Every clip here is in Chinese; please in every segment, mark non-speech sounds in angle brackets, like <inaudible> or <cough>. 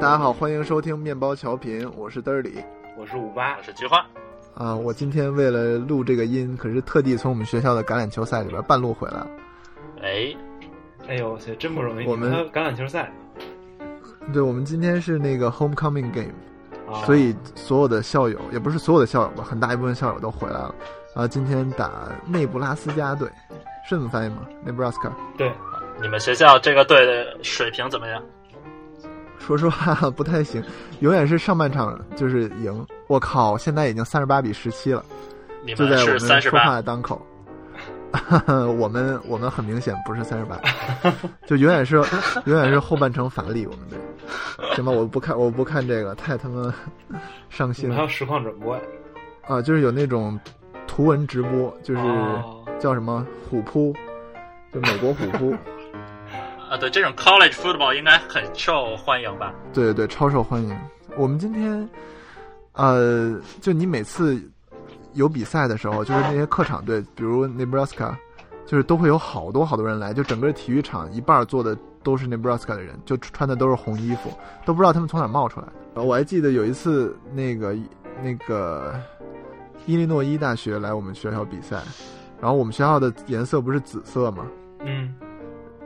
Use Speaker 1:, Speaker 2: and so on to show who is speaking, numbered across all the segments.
Speaker 1: 大家好，欢迎收听面包调频，我是嘚儿里。
Speaker 2: 我是五八
Speaker 3: 我，是菊花，
Speaker 1: 啊，我今天为了录这个音，可是特地从我们学校的橄榄球赛里边半路回来了。
Speaker 3: 哎，
Speaker 2: 哎呦我去，真不容易！
Speaker 1: 我们
Speaker 2: 你还有橄榄球赛，
Speaker 1: 对，我们今天是那个 homecoming game，
Speaker 2: 啊
Speaker 1: 所以所有的校友，也不是所有的校友吧，很大一部分校友都回来了。啊，今天打内布拉斯加队，是这么翻译吗？Nebraska。
Speaker 2: 对，
Speaker 3: 你们学校这个队的水平怎么样？
Speaker 1: 说实话不太行，永远是上半场就是赢。我靠，现在已经三十八比十七了，
Speaker 3: 你
Speaker 1: 就
Speaker 3: 们
Speaker 1: 在我
Speaker 3: 是
Speaker 1: 们
Speaker 3: 三十
Speaker 1: 说话
Speaker 3: 八，
Speaker 1: 的当口。 <laughs> 我们我们很明显不是三十八，就永
Speaker 3: <laughs>
Speaker 1: 远是永远是后半程乏力。我们队，行吧，我不看我不看这个，太他妈伤
Speaker 2: 你
Speaker 1: 心
Speaker 2: 们还
Speaker 1: 了
Speaker 2: 有实况转播呀？
Speaker 1: 啊！就是有那种图文直播，就是
Speaker 2: 哦
Speaker 1: 叫什么虎扑，就美国虎扑，
Speaker 3: 啊，对，这种 college football 应该很受欢迎吧？
Speaker 1: 对对对，超受欢迎。我们今天，呃，就你每次有比赛的时候，就是那些客场队，比如 Nebraska，就是都会有好多好多人来，就整个体育场一半儿坐的都是 Nebraska 的人，就穿的都是红衣服，都不知道他们从哪儿冒出来的。呃我还记得有一次，那个那个伊利诺伊大学来我们学校比赛，然后我们学校的颜色不是紫色吗？
Speaker 2: 嗯，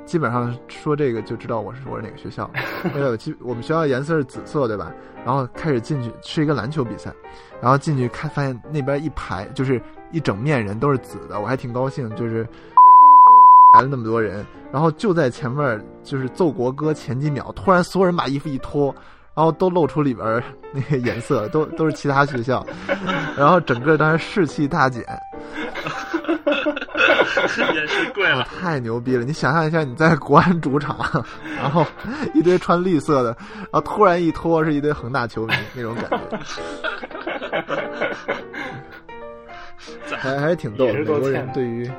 Speaker 1: 基本上说这个就知道我是我是哪个学校，因为我基我们学校颜色是紫色，对吧？然后开始进去是一个篮球比赛，然后进去看发现那边一排就是一整面人都是紫的，我还挺高兴，就是 <laughs> 来了那么多人，然后就在前面就是奏国歌前几秒，突然所有人把衣服一脱。然后都露出里边儿那个颜色，都都是其他学校，然后整个当时士气大减，
Speaker 3: 也是贵
Speaker 1: 我
Speaker 3: 了，
Speaker 1: 太牛逼了！你想象一下，你在国安主场，然后一堆穿绿色的，然后突然一脱是一堆恒大球迷那种感
Speaker 2: <laughs>
Speaker 1: 觉，还还是挺逗的。
Speaker 2: 也
Speaker 1: 美
Speaker 2: 是够
Speaker 1: 国
Speaker 2: 欠的
Speaker 1: 人对于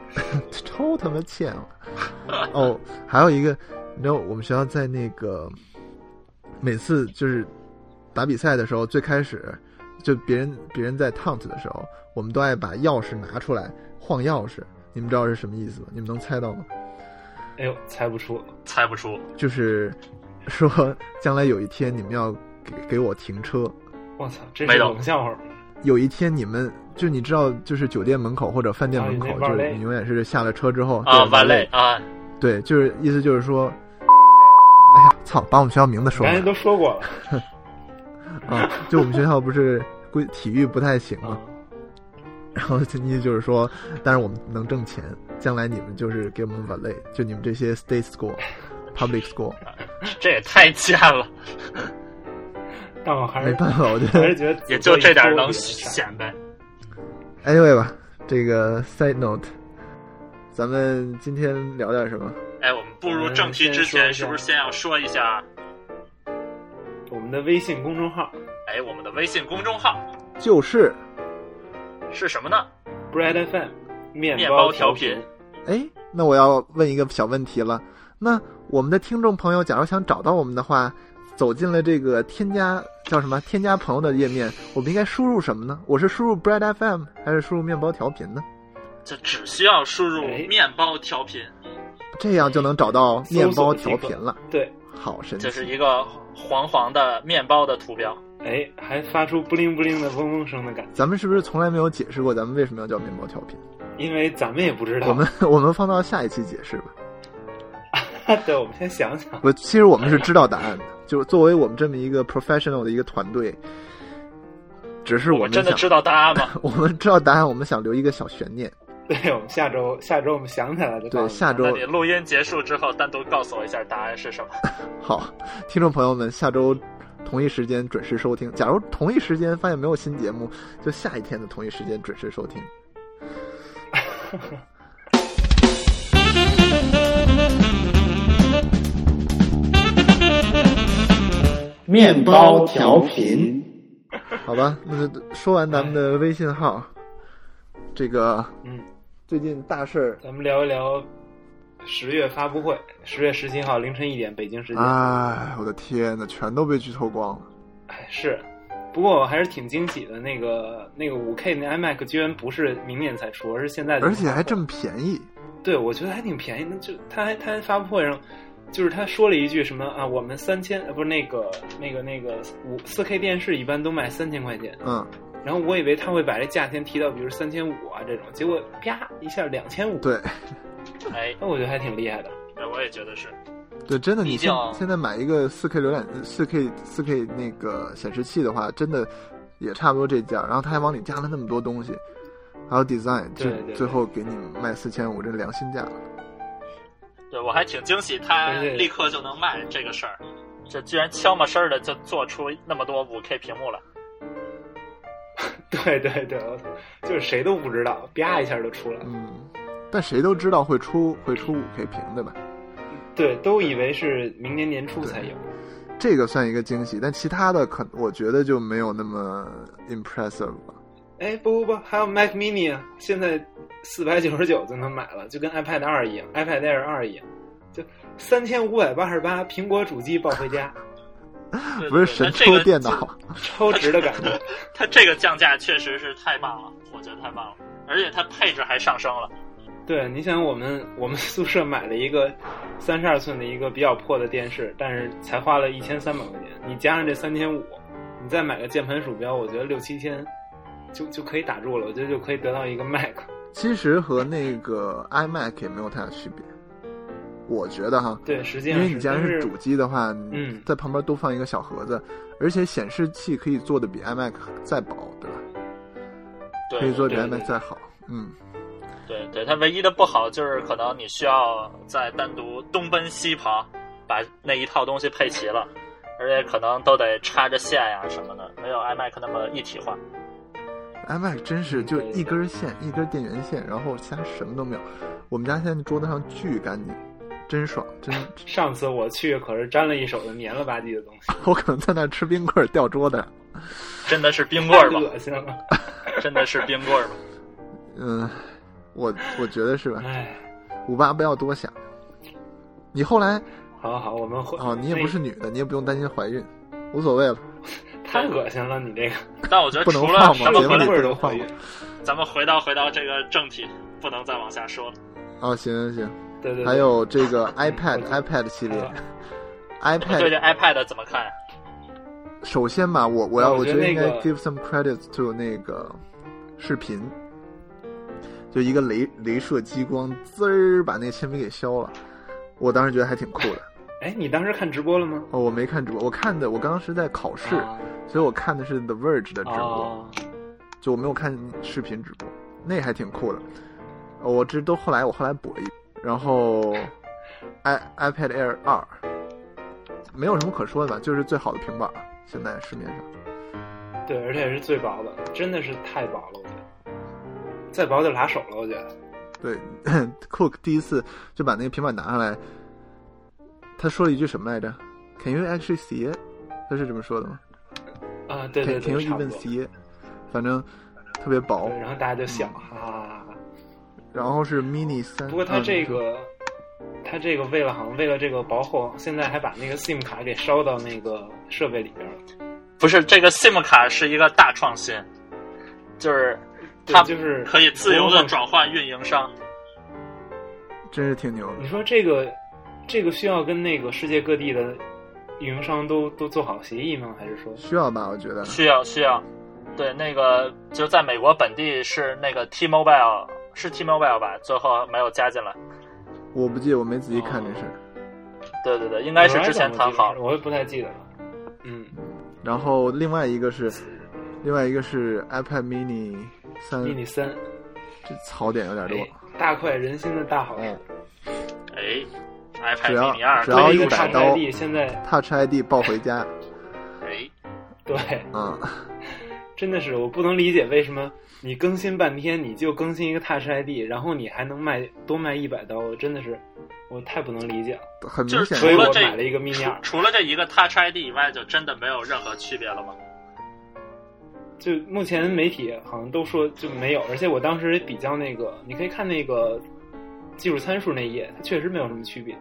Speaker 1: <laughs> 超他妈欠了。哦，还有一个，你知道我们学校在那个每次就是打比赛的时候，最开始就别人别人在 taunt 的时候，我们都爱把钥匙拿出来晃钥匙。你们知道是什么意思吗？你们能猜到吗？
Speaker 2: 哎呦，猜不出，
Speaker 3: 猜不出，
Speaker 1: 就是说 <laughs> 将来有一天你们要给给我停车，
Speaker 2: 我操，这
Speaker 3: 没
Speaker 2: 是
Speaker 3: 有
Speaker 2: 冷笑话吗？
Speaker 1: 有一天你们就你知道，就是酒店门口或者饭店门
Speaker 2: 啊
Speaker 1: 口，
Speaker 2: 你那
Speaker 1: 就
Speaker 2: valet
Speaker 1: 是你永远是下了车之后
Speaker 3: 啊，
Speaker 1: 对 valet
Speaker 3: 完嘞啊，
Speaker 1: 对，就是意思就是说， <laughs> 哎呀，操，把我们学校名字说
Speaker 2: 刚才
Speaker 1: 完
Speaker 2: 都说过了
Speaker 1: 啊，就我们学校不是规体育不太行
Speaker 2: <laughs>
Speaker 1: 嘛
Speaker 2: 啊，，
Speaker 1: 然后就意思就是说，但是我们能挣钱，将来你们就是给我们 valet，就你们这些 state school、public
Speaker 2: <laughs>
Speaker 1: school，
Speaker 3: 这也太贱了，
Speaker 2: 但我还
Speaker 1: 没
Speaker 2: 是
Speaker 1: 办法，我觉
Speaker 2: 还
Speaker 1: 得
Speaker 2: 是觉得
Speaker 3: 也就这点能
Speaker 2: 想。
Speaker 3: 显摆。
Speaker 1: Anyway 吧，这个 side note，咱们今天聊点什么？
Speaker 3: 哎，我们步入正题之前，
Speaker 2: 嗯先说一下
Speaker 3: 是不是先要说一下？
Speaker 2: 我们的微信公众号
Speaker 3: 哎，我们的微信公众号
Speaker 1: 就是，
Speaker 3: 是什么呢？
Speaker 2: bread FM 面
Speaker 3: 面
Speaker 2: 包
Speaker 3: 包调
Speaker 2: 频
Speaker 3: 频，
Speaker 1: 哎，那我要问一个小问题了。那我们的听众朋友，假如想找到我们的话，走进了这个添加叫什么添加朋友的页面，我们应该输入什么呢？我是输入 bread FM 还是输入面包调频呢？
Speaker 3: 就只需要输入
Speaker 2: 哎
Speaker 3: “面包调频
Speaker 1: 这样就能找到面包调
Speaker 2: 搜索
Speaker 1: 频
Speaker 2: 即
Speaker 1: 了，
Speaker 2: 对，
Speaker 1: 好”，神
Speaker 3: 就是
Speaker 1: 奇！
Speaker 3: 一个黄黄的面包的图标。
Speaker 2: 哎，还发出不灵不灵的嗡嗡声的感觉，
Speaker 1: 咱们是不是从来没有解释过咱们为什么要叫面包调频？
Speaker 2: 因为咱们也不知道。
Speaker 1: 我们我们放到下一期解释吧。
Speaker 2: <laughs> 对，我们先想想，
Speaker 1: 我其实我们是知道答案的，就是作为我们这么一个 professional 的一个团队，只是
Speaker 3: 我
Speaker 1: 我
Speaker 3: 们
Speaker 1: 们
Speaker 3: 真的
Speaker 1: 想
Speaker 3: 知道答案吗？
Speaker 1: 我们知道答案，我们想留一个小悬念。
Speaker 2: 对，我们下周下周我们想起来就告诉
Speaker 1: 对，
Speaker 2: 你
Speaker 1: 下周
Speaker 3: 啊那你录音结束之后，单独告诉我一下答案是什么？
Speaker 1: 好，听众朋友们，下周同一时间准时收听。假如同一时间发现没有新节目，就下一天的同一时间准时收听。
Speaker 4: 面包调频。
Speaker 1: 好吧，那就说完咱们的微信号，这个
Speaker 2: 嗯，
Speaker 1: 最近大事儿
Speaker 2: 咱们聊一聊十月发布会，十月十七号凌晨一点北京时间。
Speaker 1: 哎，我的天呐，全都被剧透光了。
Speaker 2: 哎，是，不过我还是挺惊喜的。那个那个五 K 那 iMac 居然不是明年才出，而是现在就
Speaker 1: 而且还这么便宜，
Speaker 2: 对，我觉得还挺便宜。那就它还它还发布会上就是他说了一句什么啊，我们三千呃不是那个那个那个五四 K 电视一般都卖三千块钱，
Speaker 1: 嗯，
Speaker 2: 然后我以为他会把这价钱提到比如三千五啊这种，结果啪一下两千五，
Speaker 1: 对
Speaker 3: 哎，
Speaker 2: 那我觉得还挺厉害的。
Speaker 3: 对哎我也觉得是，
Speaker 1: 对，真的，你
Speaker 3: 毕
Speaker 1: 现
Speaker 3: 竟
Speaker 1: 现在买一个四 K 浏览呃四 K 四 K 那个显示器的话，真的也差不多这价，然后他还往里加了那么多东西，还有 design，就
Speaker 2: 对对对
Speaker 1: 最后给你卖四千五，这良心价了。
Speaker 3: 对我还挺惊喜，他
Speaker 2: 对对
Speaker 3: 立刻就能卖这个事儿，这居然悄没声儿的就做出那么多五 K 屏幕来。
Speaker 2: <laughs> 对对对，我就是谁都不知道，啪一下就出来了。
Speaker 1: 嗯，但谁都知道会出会出五 K 屏，对吧？
Speaker 2: 对，都以为是明年年初
Speaker 1: 对
Speaker 2: 才有。
Speaker 1: 这个算一个惊喜，但其他的可我觉得就没有那么 impressive 了。
Speaker 2: 哎，不不不，还有 Mac Mini 啊，现在四百九十九就能买了，就跟 iPad 二一样，iPad Air 二一样，就三千五百八十八，苹果主机抱回家，
Speaker 3: 对
Speaker 1: 不是
Speaker 3: 对
Speaker 1: 神
Speaker 3: 那这
Speaker 1: 抽
Speaker 3: 个
Speaker 1: 电脑，
Speaker 2: 超值的感觉。
Speaker 3: 它这个降价确实是太棒了，我觉得太棒了，而且它配置还上升了。
Speaker 2: 对，你想我们我们宿舍买了一个三十二寸的一个比较破的电视，但是才花了一千三百块钱，你加上这三千五，你再买个键盘鼠标，我觉得六七千就就可以打住了，我觉得就可以得到一个 <laughs> Mac。
Speaker 1: 其实和那个 iMac 也没有太大区别。我觉得哈，
Speaker 2: 对，实际
Speaker 1: 因
Speaker 2: 上
Speaker 1: 为
Speaker 2: 是
Speaker 1: 你既然
Speaker 2: 但
Speaker 1: 是
Speaker 2: 是
Speaker 1: 主机的话，
Speaker 2: 嗯
Speaker 1: 在旁边多放一个小盒子，而且显示器可以做的比 iMac 再薄，对吧？
Speaker 3: 对，
Speaker 1: 可以做
Speaker 3: 对
Speaker 1: 比
Speaker 2: 对
Speaker 1: iMac 再好。嗯，
Speaker 3: 对对，它唯一的不好就是可能你需要再单独东奔西跑，把那一套东西配齐了，而且可能都得插着线呀、什么的，没有 iMac 那么一体化。
Speaker 1: iMac 真是就一根线，一根电源线，然后其他什么都没有。我们家现在桌子上巨干净，真爽，真。 <laughs>
Speaker 2: 上次我去可是沾了一手的黏了吧唧的东西，
Speaker 1: 我可能在那儿吃冰棍儿掉桌子上。
Speaker 3: 真的是冰棍
Speaker 1: <laughs>
Speaker 2: 太
Speaker 3: 儿吗？
Speaker 2: 恶心了。
Speaker 3: 真的是冰棍儿吗？
Speaker 1: 嗯，我我觉得是吧？
Speaker 2: 哎，
Speaker 1: 五八不要多想。你后来
Speaker 2: 好好，我们会。
Speaker 1: 哦，你也不是女的，你也不用担心怀孕，无所谓了。
Speaker 2: 那太恶心了，你这个
Speaker 3: 但我觉
Speaker 1: 不
Speaker 3: 得
Speaker 1: 能
Speaker 3: 除
Speaker 1: 放
Speaker 3: 了
Speaker 1: 吗
Speaker 3: 咱们
Speaker 1: 节
Speaker 3: 回
Speaker 1: 目里
Speaker 3: 来，
Speaker 1: 不
Speaker 2: 儿
Speaker 1: 能
Speaker 2: 都
Speaker 1: 放
Speaker 2: 怀孕。
Speaker 3: 咱们回到回到这个正题，不能再往下说了。
Speaker 1: 哦，行行行。
Speaker 2: 对对对，
Speaker 1: 还有这个 iPad
Speaker 2: 嗯
Speaker 1: iPad 系列
Speaker 3: 对这
Speaker 1: ，iPad
Speaker 3: 个 iPad 怎么看呀、
Speaker 1: 首先吧，我我要
Speaker 2: 我
Speaker 1: 我
Speaker 2: 觉
Speaker 1: 觉
Speaker 2: 得
Speaker 1: 得应该
Speaker 2: 那个
Speaker 1: give some credit to 那个视频，就一个雷镭射激光滋儿把那个铅笔给削了，我当时觉得还挺酷的。
Speaker 2: 哎，你当时看直播了吗？
Speaker 1: 哦，我没看直播，我看的我当时在考试，
Speaker 2: 啊
Speaker 1: 所以我看的是 The Verge 的直播，
Speaker 2: 哦，
Speaker 1: 就我没有看视频直播，那还挺酷的。呃我这都后来我后来补了一，然后 i iPad Air 二，没有什么可说的吧，就是最好的平板儿，现在市面上。
Speaker 2: 对，而且是最薄的，真的是太薄了，我觉得，再薄就拉手了，我觉得。
Speaker 1: 对 <laughs> ，Cook 第一次就把那个平板拿上来，他说了一句什么来着？Can you actually see it？他是这么说的吗
Speaker 2: 啊，对对
Speaker 1: ？Can
Speaker 2: 对，
Speaker 1: Can
Speaker 2: 差
Speaker 1: you
Speaker 2: 不
Speaker 1: even
Speaker 2: 多。
Speaker 1: see it？反正特别薄
Speaker 2: 对，，然后大家就笑，哈哈哈哈。
Speaker 1: 然后是 Mini 三。
Speaker 2: 不过它
Speaker 1: 嗯嗯
Speaker 2: 这
Speaker 1: 你说
Speaker 2: 个，它这个为了好像为了这个薄厚，现在还把那个 SIM 卡给烧到那个设备里边了。
Speaker 3: 不是这个 SIM 卡是一个大创新，就是
Speaker 2: 对
Speaker 3: 它
Speaker 1: 嗯
Speaker 2: 就是
Speaker 3: 可以自由的
Speaker 2: 不用
Speaker 3: 转换运营商。
Speaker 1: 嗯真是挺牛
Speaker 2: 你
Speaker 1: 的。
Speaker 2: 说这个，这个需要跟那个世界各地的运营商都都做好协议吗？还是说，
Speaker 1: 需要吧？我觉得
Speaker 3: 需要需要，对那个就在美国本地是那个 T-Mobile 是 T-Mobile 吧，最后没有加进来。
Speaker 1: 我不记，得，我没仔细看这事。
Speaker 2: 哦
Speaker 3: 对对对，应该是之前谈好。
Speaker 2: 我也不太记得了。嗯，
Speaker 1: 然后另外一个是，另外一个是 iPad Mini 三，
Speaker 2: 迷你三，
Speaker 1: 这槽点有点嗯多
Speaker 2: 哎。，大快人心的大好事。
Speaker 1: 嗯
Speaker 3: 哎
Speaker 1: 只
Speaker 3: ，iPad
Speaker 1: 要
Speaker 3: mini 二
Speaker 1: 只，要
Speaker 2: 一个
Speaker 1: 100
Speaker 2: 大
Speaker 1: 刀
Speaker 2: 快递，现在
Speaker 1: ，Touch ID 抱回家，
Speaker 3: 哎，
Speaker 2: 对，
Speaker 1: 嗯，
Speaker 2: 真的是我不能理解为什么你更新半天，你就更新一个 Touch ID，然后你还能卖多卖一百刀，我真的是我太不能理解了。
Speaker 1: 很
Speaker 3: 就
Speaker 1: 明
Speaker 3: 是
Speaker 1: 显。
Speaker 3: 除
Speaker 2: 所以我
Speaker 3: 这
Speaker 2: 买了一个 mini 啊
Speaker 3: 除
Speaker 2: 二
Speaker 3: 除了这一个 Touch ID 以外，就真的没有任何区别了吗？
Speaker 2: 就目前媒体好像都说就没有，而且我当时也比较那个，你可以看那个技术参数那一页，它确实没有什么区别。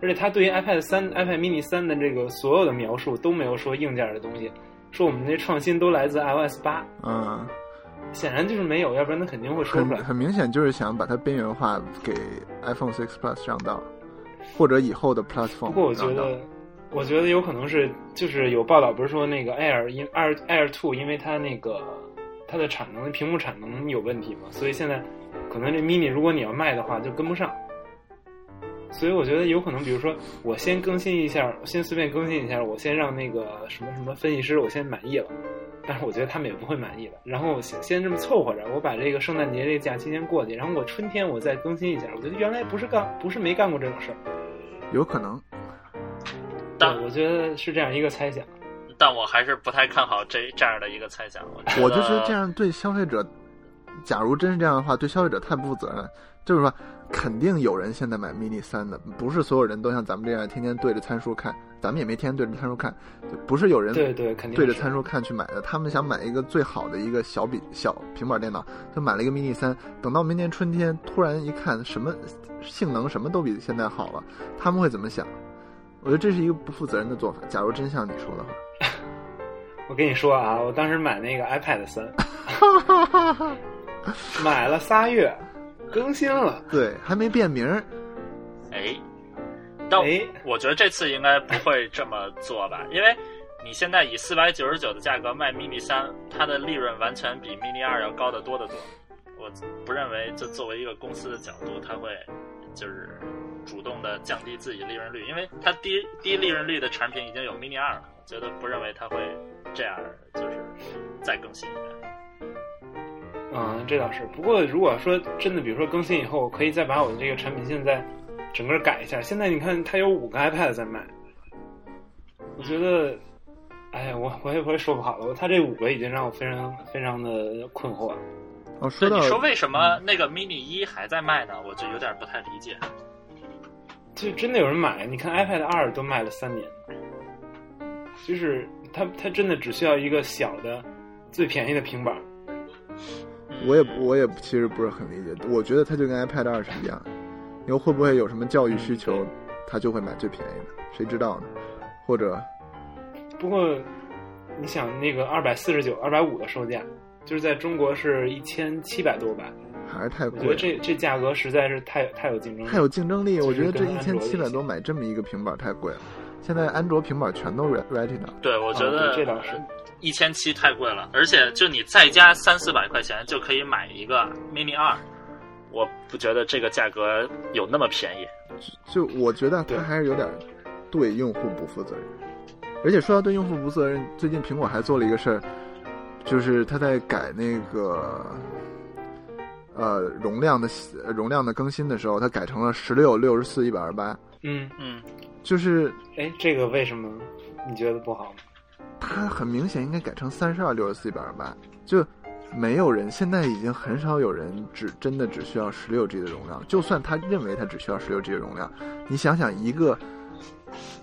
Speaker 2: 而且它对于 iPad 三、iPad mini 三的这个所有的描述都没有说硬件的东西，说我们这创新都来自 iOS 八，
Speaker 1: 嗯，
Speaker 2: 显然就是没有，要不然它 <laughs> 肯定会说
Speaker 1: 很
Speaker 2: 出来。
Speaker 1: 很明显就是想把它边缘化，给 iPhone 6 Plus 让道。或者以后的 platform。
Speaker 2: 不过我觉得，我觉得有可能是就是有报道不是说那个 Air 因 Air Air Two 因为它那个它的产能屏幕产能有问题嘛，所以现在可能这 Mini 如果你要卖的话就跟不上。所以我觉得有可能，比如说我先更新一下，先随便更新一下，我先让那个什么什么分析师我先满意了，但是我觉得他们也不会满意的。然后我先先这么凑合着，我把这个圣诞节这个假期先过去，然后我春天我再更新一下。我觉得原来不是干不是没干过这种事儿，
Speaker 1: 有可能。
Speaker 3: 但
Speaker 2: 对我觉得是这样一个猜想。
Speaker 3: 但我还是不太看好这这样的一个猜想。
Speaker 1: 我
Speaker 3: 我
Speaker 1: 就觉
Speaker 3: 觉
Speaker 1: 得这，样对消费者，假如真是这样的话，对消费者太不负责任了。就是说，肯定有人现在买 mini 三的，不是所有人都像咱们这样天天对着参数看，咱们也没天天对着参数看，就不是有人
Speaker 2: 对对，肯定
Speaker 1: 嗯对着
Speaker 2: 是
Speaker 1: 参数看去买的。他们想买一个最好的一个小笔小平板电脑，就买了一个 mini 三。等到明年春天，突然一看，什么性能什么都比现在好了，他们会怎么想？我觉得这是一个不负责任的做法。假如真像你说的话，
Speaker 2: 我跟你说啊，我当时买那个 iPad
Speaker 1: <laughs>
Speaker 2: 三，买了仨月，更新了，
Speaker 1: 对，还没变名儿，
Speaker 3: 哎，但
Speaker 2: 哎
Speaker 3: 我觉得这次应该不会这么做吧，因为你现在以四百九十九的价格卖 mini 三，它的利润完全比 mini 二要高得多得多。我不认为，就作为一个公司的角度，它会就是主动的降低自己利润率，因为它低低利润率的产品已经有 mini 二了，我觉得不认为它会这样，就是再更新一遍。
Speaker 2: 嗯，这倒是。不过如果说真的，比如说更新以后，我可以再把我的这个产品线再整个改一下。现在你看，它有五个 iPad 在卖，我觉得，哎呀，我我也我也说不好了。它这五个已经让我非常非常的困惑了。
Speaker 1: 哦，说
Speaker 3: 对，
Speaker 1: 到
Speaker 3: 你说为什么那个 mini 一还在卖呢？我就有点不太理解。
Speaker 2: 就真的有人买，你看 iPad 二都卖了三年，就是它它真的只需要一个小的、最便宜的平板儿。
Speaker 1: 我也我也其实不是很理解，我觉得它就跟 iPad 二是一样，你又会不会有什么教育需求，他就会买最便宜的，谁知道呢？或者
Speaker 2: 不过，你想那个二百四十九、二百五的售价，就是在中国是一千七百多吧？
Speaker 1: 还是太
Speaker 2: 我觉得
Speaker 1: 贵，
Speaker 2: 这这价格实在是太太有竞争力。
Speaker 1: 太有竞争力。
Speaker 2: 其实
Speaker 1: 我觉得这
Speaker 2: 跟
Speaker 1: 一
Speaker 2: 安
Speaker 1: 千
Speaker 2: 卓
Speaker 1: 七
Speaker 2: 一
Speaker 1: 百
Speaker 2: 起
Speaker 1: 多买这么一个平板太贵了，现在安卓平板全都 Re- Retina，
Speaker 3: 对，我觉
Speaker 2: 啊
Speaker 3: 得
Speaker 2: 对这倒是
Speaker 3: 一千七太贵了，而且就你再加三四百块钱就可以买一个 mini 二，我不觉得这个价格有那么便宜。
Speaker 1: 就我觉得它
Speaker 2: 对
Speaker 1: 还是有点对用户不负责任。而且说到对用户不负责任，最近苹果还做了一个事儿，就是它在改那个呃容量的呃容量的更新的时候，它改成了十六、六十四、一百二十八，
Speaker 2: 嗯，
Speaker 3: 嗯，
Speaker 1: 就是
Speaker 2: 哎，这个为什么你觉得不好吗？
Speaker 1: 它很明显应该改成三十二、六十四、一百二十八，就没有人现在已经很少有人只真的只需要十六 G 的容量，就算他认为他只需要十六 G 的容量，你想想一个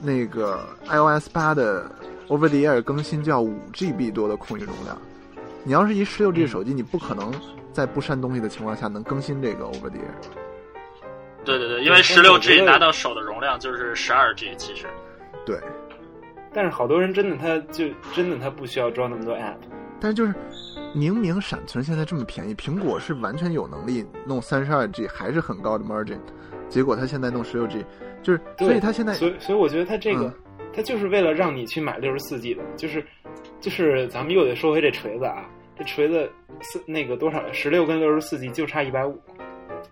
Speaker 1: 那个 iOS 八的 Over the Air 更新就要五 GB 多的空余容量，你要是一十六 G 手机，你不可能在不删东西的情况下能更新这个 Over the Air。
Speaker 3: 对对对，因为
Speaker 2: 但
Speaker 3: 十
Speaker 2: 是
Speaker 3: 六
Speaker 2: 我觉
Speaker 3: G
Speaker 2: 得
Speaker 3: 拿到手的容量就是十二 G，其实
Speaker 1: 对，
Speaker 2: 但是好多人真的他就真的他不需要装那么多 app。
Speaker 1: 但是就是明明闪存现在这么便宜，苹果是完全有能力弄三十二 G，还是很高的 margin，结果它现在弄十六 G，就是
Speaker 2: 对
Speaker 1: 所以它现在嗯
Speaker 2: 所以所以我觉得他这个、他就是为了让你去买六十四 G 的，就是就是咱们又得说回这锤子啊，这锤子四那个多少十六跟六十四 G 就差一百五，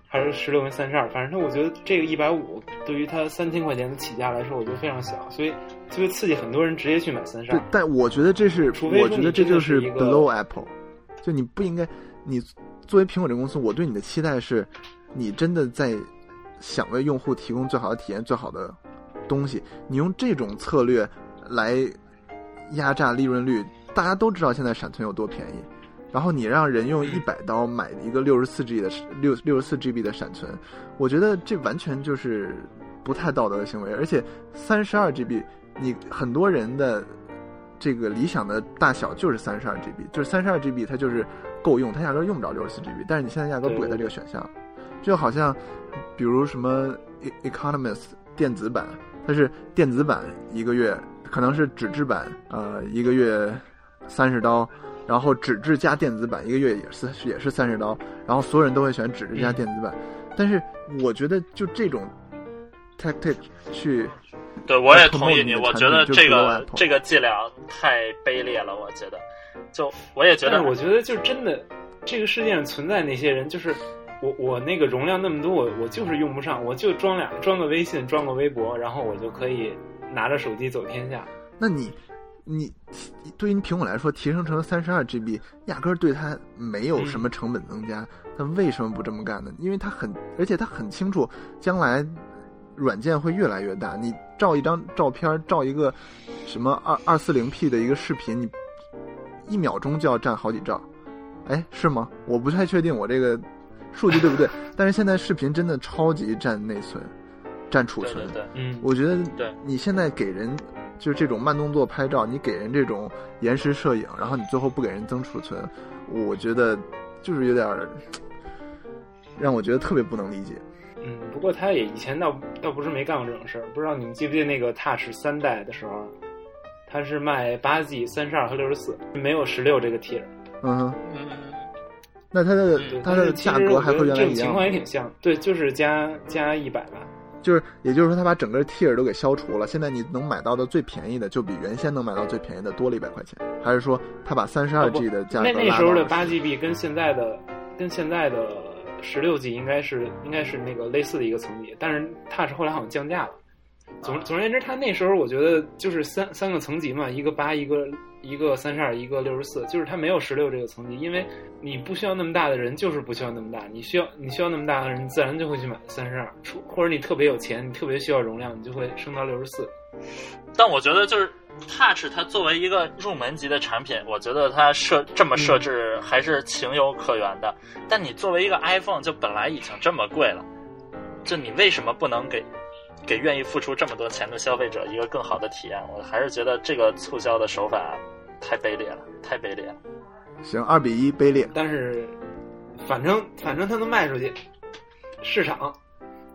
Speaker 2: 还是十六跟三十二，反正我觉得这个一百五对于它三千块钱的起价来说，我觉得非常小，所以就会刺激很多人直接去买三十
Speaker 1: 对
Speaker 2: 二，。
Speaker 1: 但我觉得这是
Speaker 2: 除非
Speaker 1: 我
Speaker 2: 说
Speaker 1: 觉得这就
Speaker 2: 你真的是一个
Speaker 1: below Apple，就你不应该你作为苹果这个公司，我对你的期待是，你真的在想为用户提供最好的体验、最好的东西，你用这种策略来压榨利润率，大家都知道现在闪存有多便宜，然后你让人用一百刀买一个六十四 G 的六六十四 GB 的闪存，我觉得这完全就是不太道德的行为，而且三十二 GB，你很多人的这个理想的大小就是三十二 GB，就是三十二 GB 它就是够用，它压根儿用不着六十四 GB，但是你现在压根儿不给它这个选项，就好像比如什么 E- Economist 电子版，它是电子版一个月，可能是纸质版呃一个月三十刀，然后纸质加电子版一个月也是也是三十刀，然后所有人都会选纸质加电子版，但是我觉得就这种 Tactic 去
Speaker 3: 对，我也
Speaker 1: 同
Speaker 3: 同意
Speaker 1: 意你
Speaker 3: 你。
Speaker 1: 的
Speaker 3: 我
Speaker 1: 产
Speaker 3: 觉
Speaker 1: 品
Speaker 3: 得
Speaker 1: 就
Speaker 3: 这
Speaker 1: 除了
Speaker 3: 个
Speaker 1: Apple
Speaker 3: 这个伎俩太卑劣了。我觉得，就我也觉
Speaker 2: 但是
Speaker 3: 得，
Speaker 2: 我觉得就是真的，这个世界上存在那些人，就是我我那个容量那么多，我我就是用不上，我就装俩装个微信，装个微博，然后我就可以拿着手机走天下。
Speaker 1: 那你你对于你苹果来说，提升成三十二 GB，压根儿对它没有什么
Speaker 3: 嗯
Speaker 1: 成本增加，那、为什么不这么干呢？因为它很，而且它很清楚将来。软件会越来越大，你照一张照片，照一个什么二二四零 P 的一个视频，你一秒钟就要占好几兆，哎，是吗？我不太确定我这个数据对不对，但是现在视频真的超级占内存，占储
Speaker 3: 对
Speaker 1: 存，
Speaker 3: 对对，
Speaker 2: 嗯，
Speaker 1: 我觉得，
Speaker 3: 对
Speaker 1: 你现在给人就是这种慢动作拍照，你给人这种延时摄影，然后你最后不给人增储存，我觉得就是有点儿让我觉得特别不能理解。
Speaker 2: 嗯，不过他也以前倒倒不是没干过这种事儿，不知道你们记不记得那个 Touch 三代的时候，他是卖八 G、三十二和六十四，没有十六这个 tier。
Speaker 1: 嗯哼，
Speaker 3: 嗯，
Speaker 1: 那它的
Speaker 3: 嗯
Speaker 1: 它
Speaker 2: 但
Speaker 1: 的
Speaker 2: 是其
Speaker 1: 价
Speaker 2: 实
Speaker 1: 格
Speaker 2: 我
Speaker 1: 还
Speaker 2: 觉
Speaker 1: 和
Speaker 2: 得
Speaker 1: 原来
Speaker 2: 这
Speaker 1: 一
Speaker 2: 种情
Speaker 1: 样
Speaker 2: 况
Speaker 1: 吗，
Speaker 2: 也挺像，对，就是加加一百吧。
Speaker 1: 就是也就是说，它把整个 tier 都给消除了。现在你能买到的最便宜的，就比原先能买到最便宜的多了一百块钱，还是说它把三十二
Speaker 2: 哦不
Speaker 1: G 的价格
Speaker 2: 那
Speaker 1: 拉到
Speaker 2: 那时候的
Speaker 1: 了
Speaker 2: 八 GB 跟现在的跟现在的十六 G 应该是应该是那个类似的一个层级，但是 Touch 后来好像降价了。总
Speaker 1: 啊
Speaker 2: 总而言之，它那时候我觉得就是三三个层级嘛，一个八，一个一个三十二，一个六十四，就是它没有十六这个层级，因为你不需要那么大的人，就是不需要那么大，你需要你需要那么大的人，自然就会去买三十二，除或者你特别有钱，你特别需要容量，你就会升到六十四。
Speaker 3: 但我觉得就是 Touch 它作为一个入门级的产品，我觉得它设这么设置还是情有可原的。但你作为一个 iPhone，就本来已经这么贵了，就你为什么不能给给愿意付出这么多钱的消费者一个更好的体验？我还是觉得这个促销的手法太卑劣了，太卑劣了。
Speaker 1: 行二比一卑劣。
Speaker 2: 但是反正反正它能卖出去，市场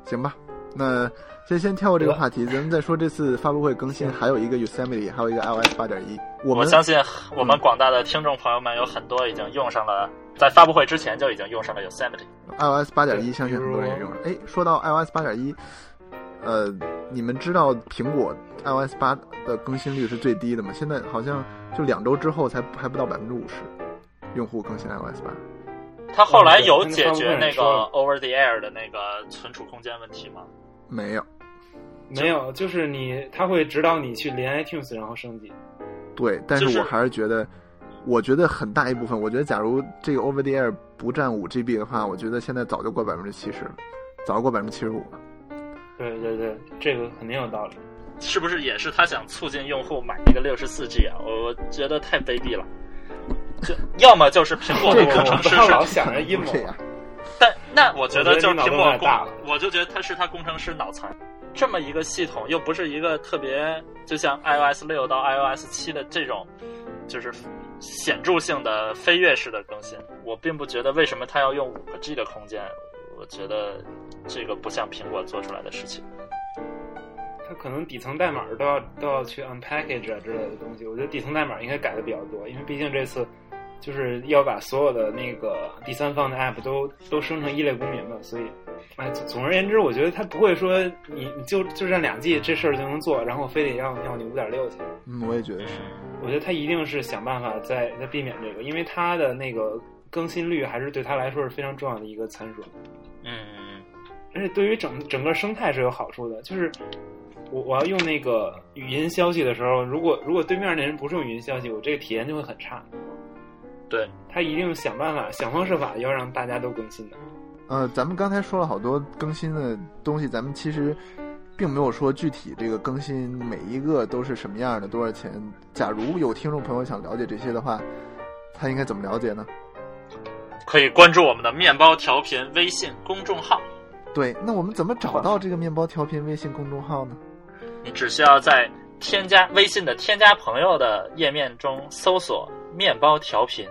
Speaker 1: 行吧，那先先跳过这个话题，咱们再说这次发布会更新还有一个 Yosemite，还有一个 iOS 八点一。我
Speaker 3: 我
Speaker 1: 们
Speaker 3: 相信我们嗯广大的听众朋友们有很多已经用上了，在发布会之前就已经用上了 Yosemite。
Speaker 1: iOS 八点一相信很多人也用了。哎，说到 iOS 八点一，呃，你们知道苹果 iOS 八的更新率是最低的吗？现在好像就两周之后才还不到百分之五十，用户更新 iOS 八。
Speaker 3: 它后来有解决嗯那个 over the air 的那个存储空间问题吗？
Speaker 1: 没有，
Speaker 2: 没有，就是你他会指导你去连 iTunes 然后升级。
Speaker 1: 对，但
Speaker 3: 就是
Speaker 1: 是我还是觉得，我觉得很大一部分，我觉得假如这个 Over the Air 不占五 GB 的话，我觉得现在早就过百分之七十了，早就过百分之七十五了。
Speaker 2: 对对对，这个肯定有道理。
Speaker 3: 是不是也是他想促进用户买那个六十四 G 啊？我觉得太卑鄙了。
Speaker 2: <laughs>
Speaker 3: 就要么就是苹果的
Speaker 2: 这个
Speaker 3: 工
Speaker 2: 我不
Speaker 3: 程师是
Speaker 2: 知道，老想着
Speaker 1: <laughs>
Speaker 2: 阴谋啊
Speaker 1: 这样，
Speaker 3: 但那我觉得就是
Speaker 2: 我觉得
Speaker 3: 苹
Speaker 2: 你脑洞
Speaker 3: 果
Speaker 2: 太大
Speaker 3: 工
Speaker 2: 了，
Speaker 3: 我就觉得他是他工程师脑残。这么一个系统又不是一个特别，就像 iOS 六到 iOS 七的这种，就是显著性的飞跃式的更新，我并不觉得为什么他要用五个 G 的空间，我觉得这个不像苹果做出来的事情。
Speaker 2: 他可能底层代码都要都要去 unpackage 啊之类的东西。我觉得底层代码应该改的比较多，因为毕竟这次就是要把所有的那个第三方的 app 都都生成一类公民了，所以，哎，总总而言之，我觉得他不会说你你就就占两 G 这事儿就能做，然后非得要要你五点六去。
Speaker 1: 嗯，我也觉得是。
Speaker 2: 我觉得他一定是想办法在在避免这个，因为他的那个更新率还是对他来说是非常重要的一个参数，
Speaker 3: 嗯，
Speaker 2: 而且对于整整个生态是有好处的。就是我我要用那个语音消息的时候，如果如果对面那人不是用语音消息，我这个体验就会很差。
Speaker 3: 对，
Speaker 2: 他一定想办法想方设法要让大家都更新的。
Speaker 1: 呃，咱们刚才说了好多更新的东西，咱们其实并没有说具体这个更新每一个都是什么样的，多少钱。假如有听众朋友想了解这些的话，他应该怎么了解呢？
Speaker 3: 可以关注我们的面包调频微信公众号，
Speaker 1: 对，那我们怎么找到这个面包调频微信公众号呢？
Speaker 3: 你只需要在添加微信的添加朋友的页面中搜索“面包调频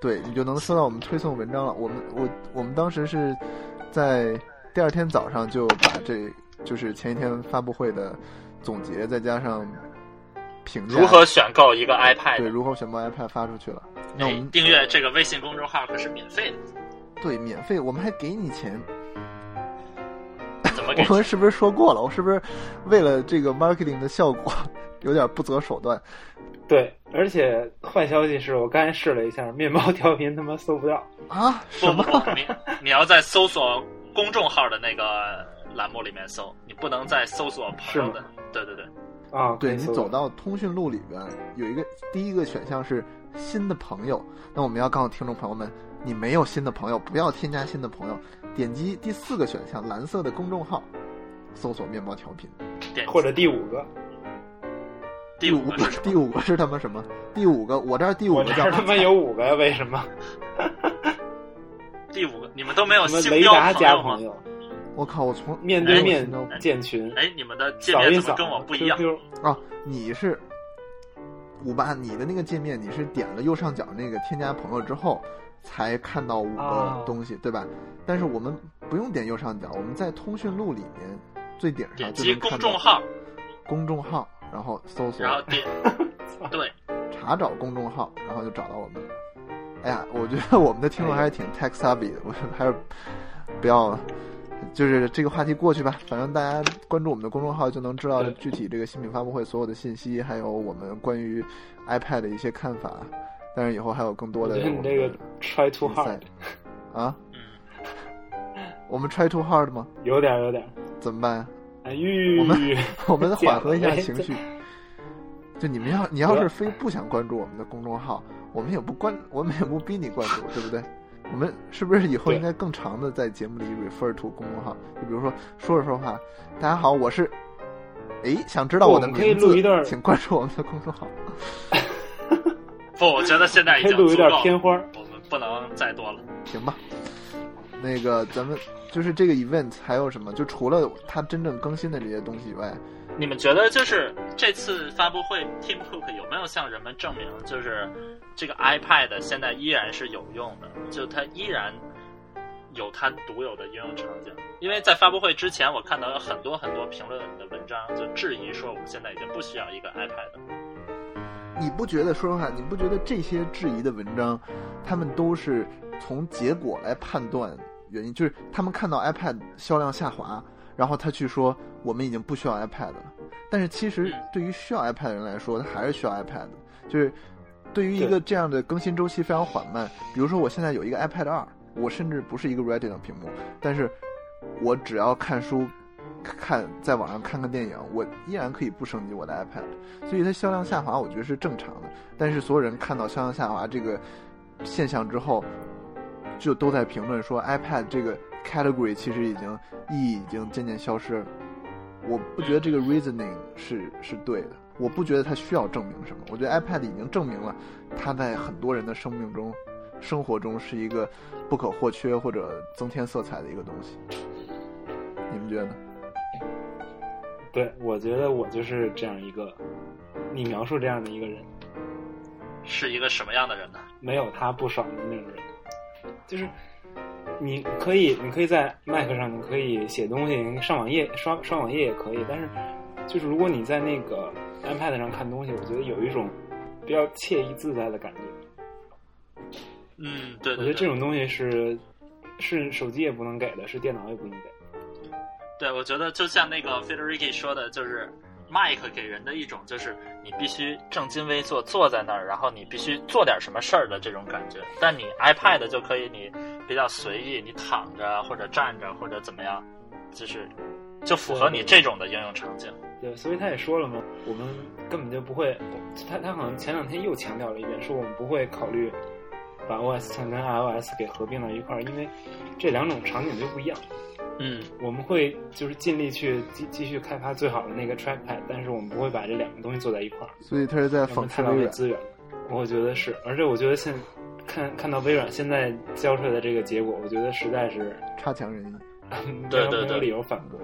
Speaker 1: 对你就能收到我们推送文章了。我们我我们当时是在第二天早上就把这就是前一天发布会的总结，再加上评”，价，
Speaker 3: 如何选购一个 iPad？
Speaker 1: 对如何选购 iPad 发出去了。那我
Speaker 3: 哎
Speaker 1: 们，
Speaker 3: 订阅这个微信公众号可是免费的，
Speaker 1: 对免费，我们还给你钱，<laughs>
Speaker 3: 怎么给
Speaker 1: 我们是不是说过了？我是不是为了这个 marketing 的效果有点不择手段？
Speaker 2: 对，而且坏消息是我刚才试了一下，面包调频他妈搜不到，
Speaker 1: 啊？什
Speaker 3: 不
Speaker 1: 么
Speaker 3: 不？不，你你要在搜索公众号的那个栏目里面搜，你不能在搜索朋友的。对对对，
Speaker 2: 啊，
Speaker 1: 对
Speaker 2: 可以
Speaker 1: 你
Speaker 2: 搜
Speaker 1: 走到通讯录里边有一个第一个选项是新的朋友，那我们要告诉听众朋友们，你没有新的朋友，不要添加新的朋友，点击第四个选项蓝色的公众号，搜索面包调频。
Speaker 3: 点
Speaker 2: 或者第五个，
Speaker 3: 第五个是什
Speaker 1: 第
Speaker 3: 么？
Speaker 1: 五个是他妈什么？第五个，我这儿第五
Speaker 2: 我
Speaker 1: 个
Speaker 2: 这
Speaker 1: 叫
Speaker 2: 儿他妈有五个呀？为什么？
Speaker 3: 第五个，你们都没有
Speaker 2: 什么
Speaker 3: 星
Speaker 2: 雷
Speaker 3: 标
Speaker 2: 达加
Speaker 3: 朋
Speaker 2: 朋
Speaker 3: 友吗？
Speaker 2: 友，
Speaker 1: 我靠，我从
Speaker 2: 面对面
Speaker 1: 没有听到
Speaker 2: 建群，
Speaker 3: 哎，你们的界
Speaker 2: 扫
Speaker 3: 面
Speaker 2: 一
Speaker 3: 怎
Speaker 2: 扫，
Speaker 3: 么跟我不一样？
Speaker 2: QQ
Speaker 1: 啊，你是五八，你的那个界面你是点了右上角那个添加朋友之后才看到五个
Speaker 2: 哦
Speaker 1: 东西，对吧？但是我们不用点右上角，我们在通讯录里面最顶
Speaker 3: 点
Speaker 1: 上就
Speaker 3: 击
Speaker 1: 能
Speaker 3: 公
Speaker 1: 看
Speaker 3: 众
Speaker 1: 到
Speaker 3: 号，
Speaker 1: 公众号，然后搜索
Speaker 3: 然后点 <laughs> 对，
Speaker 1: 查找公众号，然后就找到我们了。哎呀，我觉得我们的听
Speaker 2: 哎
Speaker 1: 众还是挺 tech savvy 的，我还是不要，就是这个话题过去吧。反正大家关注我们的公众号，就能知道
Speaker 2: 对
Speaker 1: 具体这个新品发布会所有的信息，还有我们关于 iPad 的一些看法。当然，以后还有更多
Speaker 2: 我
Speaker 1: 的
Speaker 2: 觉
Speaker 1: 我
Speaker 2: 得
Speaker 1: 们
Speaker 2: 你
Speaker 1: 的
Speaker 2: 这个 try too
Speaker 1: insight
Speaker 2: hard
Speaker 1: 啊，
Speaker 3: 嗯，
Speaker 1: 我们 try too hard 吗？
Speaker 2: 有点儿有点儿，
Speaker 1: 怎么办啊呀？
Speaker 2: 哎吁 <laughs>
Speaker 1: 我，我们缓和一下情绪
Speaker 2: 讲。
Speaker 1: 就你们要，你要是非不想关注我们的公众号，我们也不关，我们也不逼你关注，对不对？我们是不是以后
Speaker 2: 对
Speaker 1: 应该更长的在节目里 refer to 公众号？就比如说说着说话，大家好，我是，哎，想知道
Speaker 2: 不
Speaker 1: 的
Speaker 2: 我们可以
Speaker 1: 名字
Speaker 2: 录一段，儿
Speaker 1: 请关注我们的公众号。
Speaker 3: 不，我觉得现在已
Speaker 2: 可以
Speaker 3: 经
Speaker 2: 录
Speaker 3: 足
Speaker 2: 有
Speaker 3: 够
Speaker 2: 点
Speaker 3: 了，
Speaker 2: 偏花儿，
Speaker 3: 我们不能再多了。
Speaker 1: 行吧。那个，咱们就是这个 event 还有什么？就除了它真正更新的这些东西以外，
Speaker 3: 你们觉得就是这次发布会，Tim Cook 有没有向人们证明，就是这个 iPad 现在依然是有用的，就它依然有它独有的应用场景？因为在发布会之前，我看到有很多很多评论的文章，就质疑说我们现在已经不需要一个 iPad 了。
Speaker 1: 你不觉得？说实话，你不觉得这些质疑的文章，他们都是从结果来判断原因？就是他们看到 iPad 销量下滑，然后他去说我们已经不需要 iPad 了。但是其实
Speaker 3: 嗯
Speaker 1: 对于需要 iPad 的人来说，他还是需要 iPad 的。就是对于一
Speaker 2: 对
Speaker 1: 个这样的更新周期非常缓慢，比如说我现在有一个 iPad 二，我甚至不是一个 Retina 屏幕，但是我只要看书、看在网上看看电影，我依然可以不升级我的 iPad，所以它销量下滑，我觉得是正常的。但是所有人看到销量下滑这个现象之后，就都在评论说 iPad 这个 category 其实已经意义已经渐渐消失了。我不觉得这个 reasoning 是是对的，我不觉得它需要证明什么。我觉得 iPad 已经证明了它在很多人的生命中、生活中是一个不可或缺或者增添色彩的一个东西。你们觉得呢？
Speaker 2: 对，我觉得我就是这样一个，你描述这样的一个人，
Speaker 3: 是一个什么样的人呢？
Speaker 2: 没有他不爽的那种人，就是你可以，你可以在 Mac 上，你可以写东西，你上网页刷刷网页也可以，但是就是如果你在那个 iPad 上看东西，我觉得有一种比较惬意自在的感觉。
Speaker 3: 嗯，对
Speaker 2: 我觉
Speaker 3: 对对，
Speaker 2: 得这种东西是是手机也不能给的，是电脑也不能给的。
Speaker 3: 对，我觉得就像那个 Federici 说的，就是麦克给人的一种就是你必须正襟危坐坐在那儿，然后你必须做点什么事儿的这种感觉。但你 iPad 就可以你比较随意，你躺着或者站着或者怎么样，就是就符合你这种的应用场景。
Speaker 2: 对，所以他也说了嘛，我们根本就不会，他他好像前两天又强调了一遍，说我们不会考虑把 OS 10跟 iOS 给合并到一块儿，因为这两种场景就不一样。
Speaker 3: 嗯，
Speaker 2: 我们会就是尽力去继继续开发最好的那个 trackpad，但是我们不会把这两个东西做在一块儿，
Speaker 1: 所以他是在
Speaker 2: 我
Speaker 1: 讽
Speaker 2: 们
Speaker 1: 刺
Speaker 2: 太浪
Speaker 1: 微
Speaker 2: 费
Speaker 1: 软。
Speaker 2: 资源了。我觉得是，而且我觉得现看看到微软现在交出来的这个结果，我觉得实在是 <laughs>
Speaker 1: 差强人意。
Speaker 2: 没
Speaker 3: 对
Speaker 2: 有
Speaker 3: 对
Speaker 2: 没有
Speaker 3: 对
Speaker 2: 理由反驳。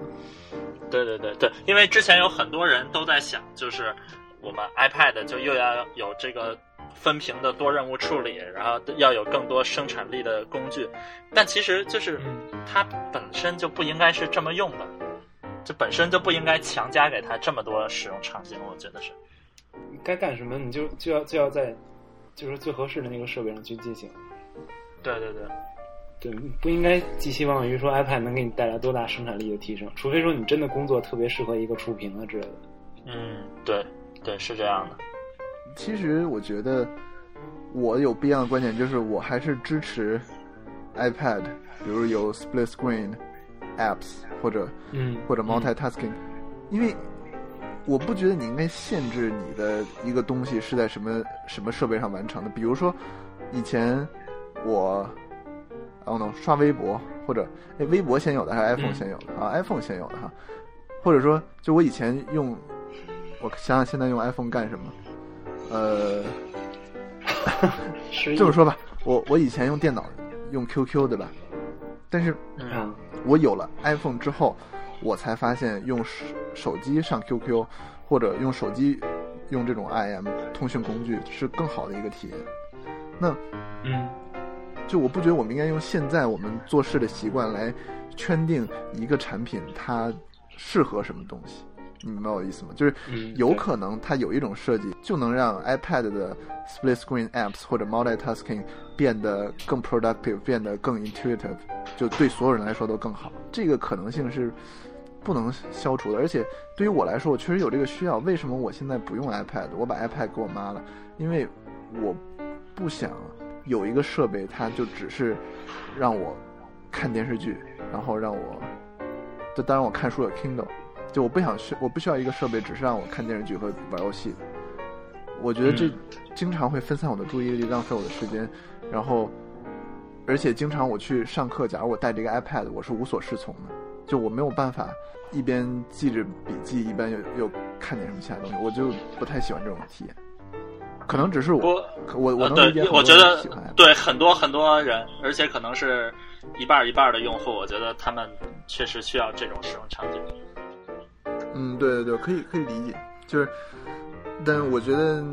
Speaker 3: 对对对对，因为之前有很多人都在想，就是我们 iPad 就又要有这个分屏的多任务处理，然后要有更多生产力的工具，但其实就是
Speaker 2: 嗯
Speaker 3: 它本身就不应该是这么用的，这本身就不应该强加给它这么多使用场景，我觉得是。
Speaker 2: 该干什么你就就要就要在就是最合适的那个设备上去进行。
Speaker 3: 对对对，
Speaker 2: 对，不应该寄希望于说 iPad 能给你带来多大生产力的提升，除非说你真的工作特别适合一个触屏啊之类的。
Speaker 3: 嗯，对，对，是这样的。
Speaker 1: 其实我觉得我有不一样的观点，就是我还是支持 iPad，比如有 split screen apps 或者
Speaker 2: 嗯
Speaker 1: 或者 multitasking，、因为我不觉得你应该限制你的一个东西是在什么什么设备上完成的。比如说，以前我，I don't know，刷微博或者哎，微博先有的还是 iPhone
Speaker 2: 嗯
Speaker 1: 先有的、啊？iPhone 先有的哈，或者说，就我以前用，我想想现在用 iPhone 干什么？呃，
Speaker 2: 失忆哎
Speaker 1: 这么说吧，我我以前用电脑用 QQ 对吧？但是
Speaker 3: 嗯
Speaker 2: 啊，
Speaker 1: 我有了 iPhone 之后，我才发现用手手机上 QQ 或者用手机用这种 IM 通讯工具是更好的一个体验。那
Speaker 2: 嗯，
Speaker 1: 就我不觉得我们应该用现在我们做事的习惯来圈定一个产品它适合什么东西，你明白我的意思吗？就是
Speaker 2: 嗯
Speaker 1: 有
Speaker 2: 对
Speaker 1: 可能它有一种设计就能让 iPad 的 split screen apps 或者 multitasking 变得更 productive，变得更 intuitive，就对所有人来说都更好。这个可能性是不能消除的，而且对于我来说，我确实有这个需要。为什么我现在不用 iPad？我把 iPad 给我妈了，因为我不想有一个设备，它就只是让我看电视剧，然后让我，这当然我看书有 Kindle，就我不想需我不需要一个设备，只是让我看电视剧和玩游戏。我觉得这
Speaker 2: 嗯
Speaker 1: 经常会分散我的注意力，浪费我的时间，然后，而且经常我去上课，假如我带着一个 iPad，我是无所适从的，就我没有办法一边记着笔记，一边又又看点什么其他东西，我就不太喜欢这种体验。可能只是
Speaker 3: 不
Speaker 1: 我，可我我
Speaker 3: 呃，
Speaker 1: 能
Speaker 3: 对
Speaker 1: 理解，很多
Speaker 3: 我觉
Speaker 1: 人
Speaker 3: 得
Speaker 1: 喜欢啊 iPad。
Speaker 3: 对很多很多人，而且可能是一半儿一半儿的用户，我觉得他们确实需要这种使用场景。
Speaker 1: 嗯，对对对，可以可以理解，就是，但我觉得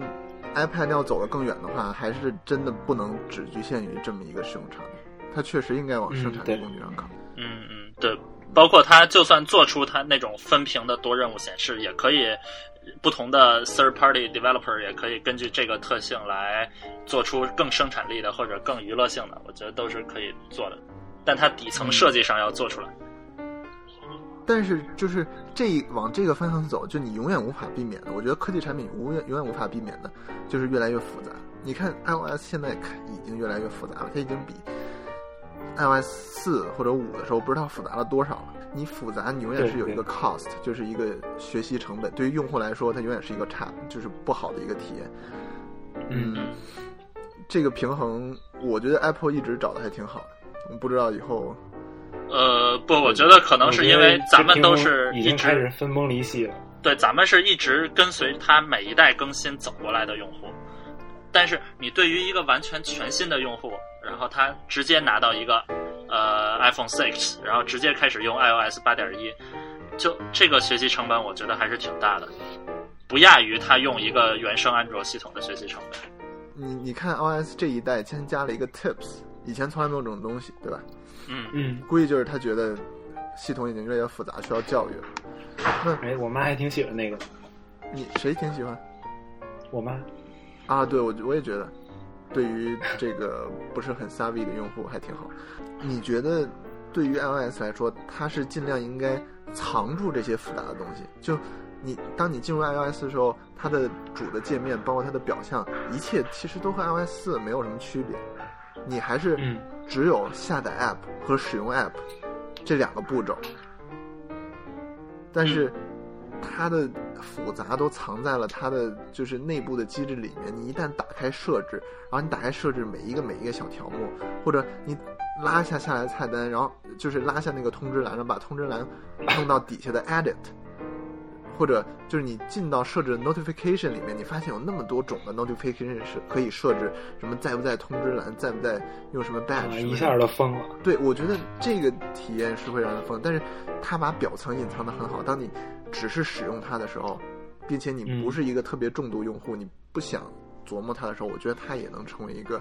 Speaker 1: iPad 要走得更远的话，还是真的不能只局限于这么一个使用场景，它确实应该往生产
Speaker 2: 嗯
Speaker 1: 力
Speaker 2: 对
Speaker 1: 工具上靠。
Speaker 3: 嗯嗯，对，包括它就算做出它那种分屏的多任务显示，也可以不同的 third party developer 也可以根据这个特性来做出更生产力的或者更娱乐性的，我觉得都是可以做的，但它底层设计上要做出来。
Speaker 1: 但是就是这一往这个方向走，就你永远无法避免的。我觉得科技产品永远永远无法避免的，就是越来越复杂。你看 iOS 现在看已经越来越复杂了，它已经比 iOS 四或者五的时候不知道复杂了多少了。你复杂，你永远
Speaker 2: 对
Speaker 1: 是有一个
Speaker 2: 对
Speaker 1: cost，就是一个学习成本。对于用户来说，它永远是一个差，就是不好的一个体验。
Speaker 2: 嗯，
Speaker 1: 这个平衡，我觉得 Apple 一直找的还挺好的。我不知道以后
Speaker 3: 呃，不，我觉得可能是因为咱们都
Speaker 2: 我觉得这屏
Speaker 3: 是一
Speaker 2: 幕已经开
Speaker 3: 直
Speaker 2: 始分崩离析了。
Speaker 3: 对，咱们是一直跟随它每一代更新走过来的用户，但是你对于一个完全全新的用户，然后他直接拿到一个呃 iPhone 6，然后直接开始用 iOS 8.1，就这个学习成本，我觉得还是挺大的，不亚于他用一个原生安卓系统的学习成本。
Speaker 1: 你你看 iOS 这一代先加了一个 Tips，以前从来没有这种东西，对吧？
Speaker 3: 嗯，
Speaker 2: 嗯，
Speaker 1: 估计就是他觉得系统已经越来越复杂，需要教育了。
Speaker 2: 哎，我妈还挺喜欢那个，
Speaker 1: 你谁挺喜欢
Speaker 2: 我妈
Speaker 1: 啊？对，我我也觉得，对于这个不是很 savvy 的用户还挺好。你觉得对于 iOS 来说，它是尽量应该藏住这些复杂的东西？就你当你进入 iOS 的时候，它的主的界面，包括它的表象，一切其实都和 iOS 四没有什么区别。你还是
Speaker 2: 嗯
Speaker 1: 只有下载 app 和使用 app 这两个步骤，但是
Speaker 2: 嗯
Speaker 1: 它的复杂都藏在了它的就是内部的机制里面。你一旦打开设置，然后你打开设置每一个每一个小条目，或者你拉一下下来菜单，然后就是拉下那个通知栏，然后把通知栏弄到底下的 edit。或者就是你进到设置的 notification 里面，你发现有那么多种的 notification 是可以设置，什么在不在通知栏，在不在用什么 badge，、
Speaker 2: 啊，一下就疯了。
Speaker 1: 对，我觉得这个体验是会让人疯，但是它把表层隐藏的很好。当你只是使用它的时候，并且你不
Speaker 2: 嗯
Speaker 1: 是一个特别重度用户，你不想琢磨它的时候，我觉得它也能成为一个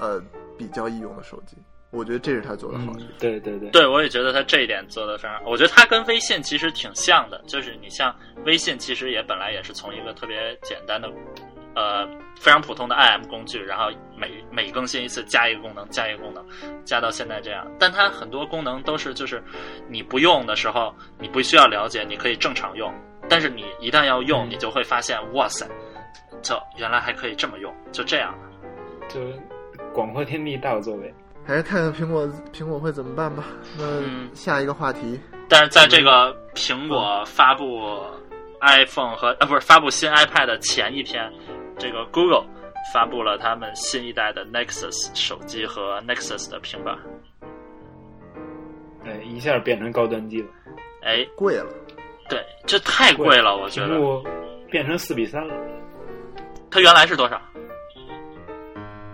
Speaker 1: 呃比较易用的手机。我觉得这是它做的好
Speaker 2: 嗯
Speaker 1: 的地方。，
Speaker 2: 对对对，
Speaker 3: 对，我也觉得它这一点做的非常，我觉得它跟微信其实挺像的，就是你像微信其实也本来也是从一个特别简单的呃非常普通的 IM 工具，然后每每更新一次加一个功能，加一个功能，加到现在这样。但它很多功能都是就是你不用的时候，你不需要了解，你可以正常用。但是你一旦要用，
Speaker 2: 嗯
Speaker 3: 你就会发现，哇塞，这原来还可以这么用，就这样。
Speaker 2: 就广阔天地大有作为。
Speaker 1: 还是看看苹果苹果会怎么办吧。
Speaker 3: 嗯
Speaker 1: 那下一个话题，
Speaker 3: 但是在这个
Speaker 2: 嗯
Speaker 3: 苹果发布 iPhone 和呃不是发布新 iPad 的前一天，这个 Google 发布了他们新一代的 Nexus 手机和 Nexus 的平板。
Speaker 2: 哎，一下变成高端机了，
Speaker 3: 哎，
Speaker 1: 贵了，
Speaker 3: 对，这太贵了，我觉
Speaker 2: 屏
Speaker 3: 得
Speaker 2: 幕变成四比三了，
Speaker 3: 它原来是多少？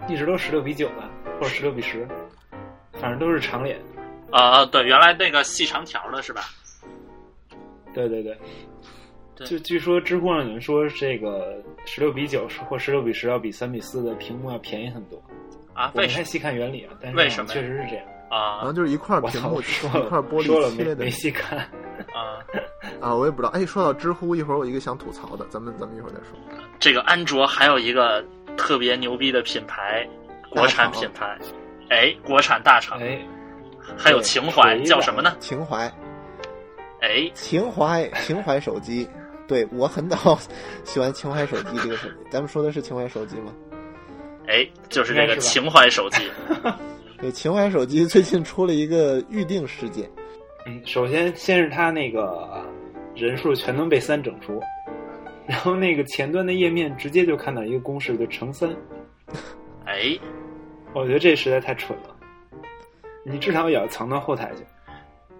Speaker 2: 一直都十六比九吧，或者十六比十，反正都是长脸。
Speaker 3: 啊、对，原来那个细长条的是吧？
Speaker 2: 对对对，
Speaker 3: 对
Speaker 2: 就据说知乎上有人说，这个十六比九或十六比十要比三比四的屏幕要便宜很多。
Speaker 3: 啊，
Speaker 2: 我
Speaker 3: 为
Speaker 2: 没
Speaker 3: 什
Speaker 2: 太
Speaker 3: 么
Speaker 2: 细看原理啊，但是
Speaker 3: 为什么呀
Speaker 2: 确实是这样。
Speaker 1: 好
Speaker 3: 啊
Speaker 1: 像就是一块
Speaker 2: 我
Speaker 1: 屏
Speaker 2: 操，
Speaker 1: 幕，
Speaker 2: 我
Speaker 1: 一
Speaker 2: 说
Speaker 1: 块
Speaker 2: 了，
Speaker 1: 玻
Speaker 2: 说了
Speaker 1: 璃
Speaker 2: 没
Speaker 1: 切的
Speaker 2: 没细看。
Speaker 3: 啊？
Speaker 1: 啊，我也不知道。哎，说到知乎，一会儿我一个想吐槽的，咱们咱们一会儿再说。
Speaker 3: 这个安卓还有一个特别牛逼的品牌，国产品牌，哎，国产大厂，
Speaker 2: 哦哎，
Speaker 3: 还有情怀，
Speaker 2: 对
Speaker 3: 叫什么呢？
Speaker 1: 情怀，
Speaker 3: 哎，
Speaker 1: 情怀，情怀手机。对我很早喜欢情怀手机这个手机，咱们说的是情怀手机吗？
Speaker 3: 哎，就是这
Speaker 2: 应该
Speaker 3: 个
Speaker 2: 是吧
Speaker 3: 情怀手
Speaker 2: <laughs>
Speaker 3: 机，
Speaker 1: 对，情怀手机最近出了一个预定事件，
Speaker 2: 嗯，首先先是它那个人数全能被三整除，然后那个前端的页面直接就看到一个公式，就乘三。
Speaker 3: 哎，
Speaker 2: 我觉得这实在太蠢了，你至少也要藏到后台去。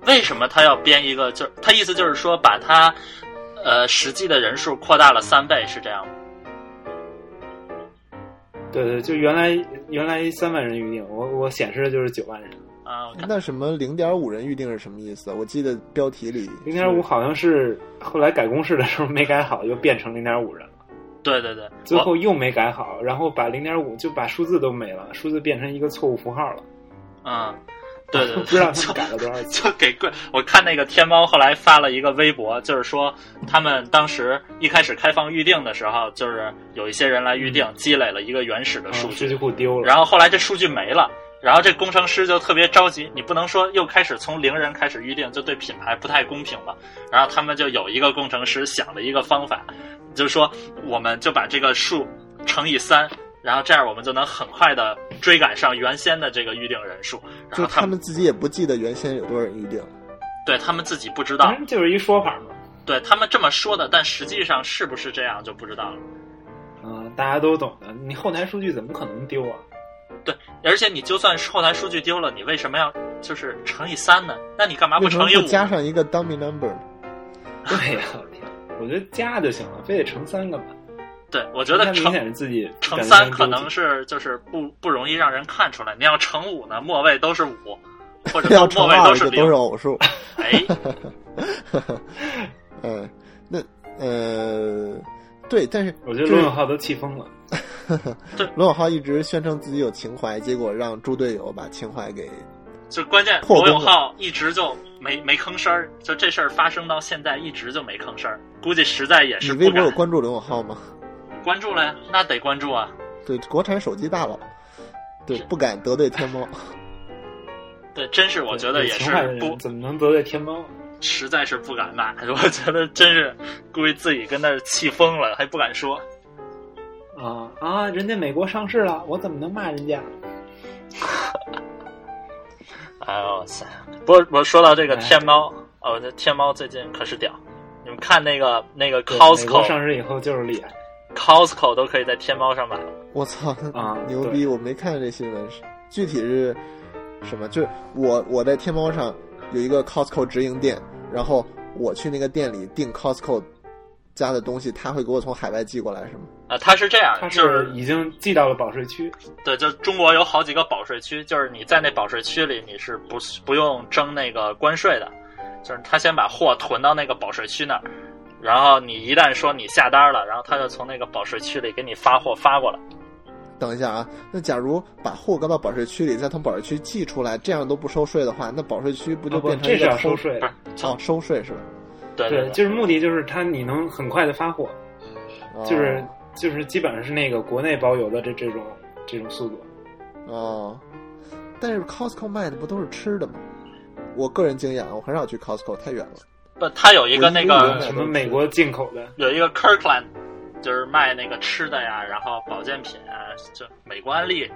Speaker 3: 为什么他要编一个？就是他意思就是说，把他呃实际的人数扩大了三倍，是这样吗？
Speaker 2: 对对，就原来原来三万人预定，我我显示的就是九万人，
Speaker 3: 啊，我看
Speaker 1: 那什么零点五人预定是什么意思啊？我记得标题里
Speaker 2: 零点五
Speaker 1: 是
Speaker 2: 好像是后来改公式的时候没改好，又变成零点五人了，
Speaker 3: 对对对，
Speaker 2: 最
Speaker 3: 我
Speaker 2: 后又没改好，然后把零点五就把数字都没了，数字变成一个错误符号了，
Speaker 3: 嗯，对
Speaker 2: <laughs>
Speaker 3: 对
Speaker 2: 不
Speaker 3: 对，
Speaker 2: 知道他
Speaker 3: 就
Speaker 2: 们改了多少次。
Speaker 3: <laughs> 就给贵。我看那个天猫后来发了一个微博，就是说他们当时一开始开放预定的时候，就是有一些人来预
Speaker 2: 嗯
Speaker 3: 定，积累了一个原始的
Speaker 2: 啊
Speaker 3: 数
Speaker 2: 数
Speaker 3: 据，
Speaker 2: 据库
Speaker 1: 嗯
Speaker 2: 丢了，
Speaker 3: 然后后来这数据没了。然后这工程师就特别着急，你不能说又开始从零人开始预定，就对品牌不太公平吧？然后他们就有一个工程师想了一个方法，就说我们就把这个数乘以三，然后这样我们就能很快的追赶上原先的这个预定人数。然
Speaker 1: 就
Speaker 3: 后
Speaker 1: 他
Speaker 3: 们
Speaker 1: 们自己也不记得原先有多少人预定，
Speaker 3: 对他们自己不知道
Speaker 1: 嗯
Speaker 2: 反，正就是一说法嘛。
Speaker 3: 对他们这么说的，但实际上是不是这样就不知道了。
Speaker 2: 啊、大家都懂的，你后台数据怎么可能丢啊？ <laughs>
Speaker 3: 而且你就算是后台数据丢了，你为什么要就是乘以三呢？那你干嘛
Speaker 1: 为
Speaker 3: 不
Speaker 1: 什么
Speaker 3: 乘以
Speaker 1: 不
Speaker 3: 五？
Speaker 1: 加上一个 dummy number？呢
Speaker 2: 对呀、我天我觉得加就行了，非得乘三干嘛？
Speaker 3: 对，我觉得
Speaker 2: 那明
Speaker 3: 乘
Speaker 2: 显是自己
Speaker 3: 乘
Speaker 2: 感觉
Speaker 3: 三
Speaker 2: 丢
Speaker 3: 可
Speaker 2: 弃
Speaker 3: 能是就是不不容易让人看出来。你要乘五呢，末位都是五，
Speaker 1: <laughs>
Speaker 3: 或者
Speaker 1: 要
Speaker 3: 说
Speaker 1: 乘
Speaker 3: 末位
Speaker 1: 二
Speaker 3: 都
Speaker 1: 就是都是
Speaker 3: 零。
Speaker 1: 偶
Speaker 3: <laughs>
Speaker 1: 数。
Speaker 3: 哎，
Speaker 1: 嗯，那呃，对，但是
Speaker 2: 我觉得罗永浩都气疯了。
Speaker 1: 罗永浩一直宣称自己有情怀，结果让猪队友把情怀给
Speaker 3: 就关键
Speaker 1: <laughs> 破
Speaker 3: 罗
Speaker 1: 功
Speaker 3: 永
Speaker 1: 了
Speaker 3: 浩一直就没没吭声儿，就这事儿发生到现在一直就没吭声儿，估计实在也
Speaker 1: 你
Speaker 3: 是
Speaker 1: 微
Speaker 3: 不
Speaker 1: 博
Speaker 3: 敢
Speaker 1: 有关注罗永浩吗？
Speaker 3: 关注了呀，那得关注啊。
Speaker 1: 对，国产手机大佬，对，不敢得罪天猫。
Speaker 3: 对，真是我觉得
Speaker 2: 有
Speaker 3: 也
Speaker 2: 情
Speaker 3: 是
Speaker 2: 怀的人
Speaker 3: 不
Speaker 2: 怎么能得罪天猫？啊
Speaker 3: 实在是不敢骂， <laughs> 我觉得真是估计自己跟那儿气疯了，还不敢说。
Speaker 2: 啊啊！人家美国上市了，我怎么能骂人家？
Speaker 3: 哎呦我塞！不过我说到这
Speaker 2: 哎
Speaker 3: 个天猫，哦，这天猫最近可是屌，你们看那个那个
Speaker 2: 对美国
Speaker 3: Costco
Speaker 2: 上市以后就是厉害
Speaker 3: Costco 都可以在天猫上买了。
Speaker 1: 我操，
Speaker 2: 啊！
Speaker 1: 牛
Speaker 2: 对
Speaker 1: 逼！！我没看这新闻，是具体是什么？就是我我在天猫上有一个 Costco 直营店，然后我去那个店里订 Costco 家的东西，他会给我从海外寄过来，是吗？
Speaker 3: 啊，它是这样，
Speaker 2: 它
Speaker 3: 就是是
Speaker 2: 已经寄到了保税区，
Speaker 3: 对，就中国有好几个保税区，就是你在那保税区里你是不不用征那个关税的，就是他先把货囤到那个保税区那儿，然后你一旦说你下单了，然后他就从那个保税区里给你发货发过来。
Speaker 1: 等一下啊，那假如把货搁到保税区里，再从保税区寄出来，这样都不收税的话，那保税区不就
Speaker 2: 啊不
Speaker 1: 变成
Speaker 2: 这
Speaker 1: 一
Speaker 2: 是
Speaker 1: 个
Speaker 2: 要
Speaker 1: 偷
Speaker 2: 收？税
Speaker 3: 不
Speaker 2: 的。
Speaker 3: 是
Speaker 1: 哦，收税是吧？
Speaker 3: 对
Speaker 2: 对，
Speaker 3: 对，
Speaker 2: 就是目的就是它你能很快的发货，
Speaker 1: 哦
Speaker 2: 就是就是基本上是那个国内包邮的这这种这种速度。
Speaker 1: 哦，但是 Costco 卖的不都是吃的吗？我个人经验啊，我很少去 Costco，太远了。
Speaker 3: 不，它有一个那
Speaker 1: 我一直以
Speaker 3: 个
Speaker 1: 为
Speaker 2: 什么美国进口的，
Speaker 3: 有一个 Kirkland，就是卖那个吃的呀，然后保健品啊，就美国安利，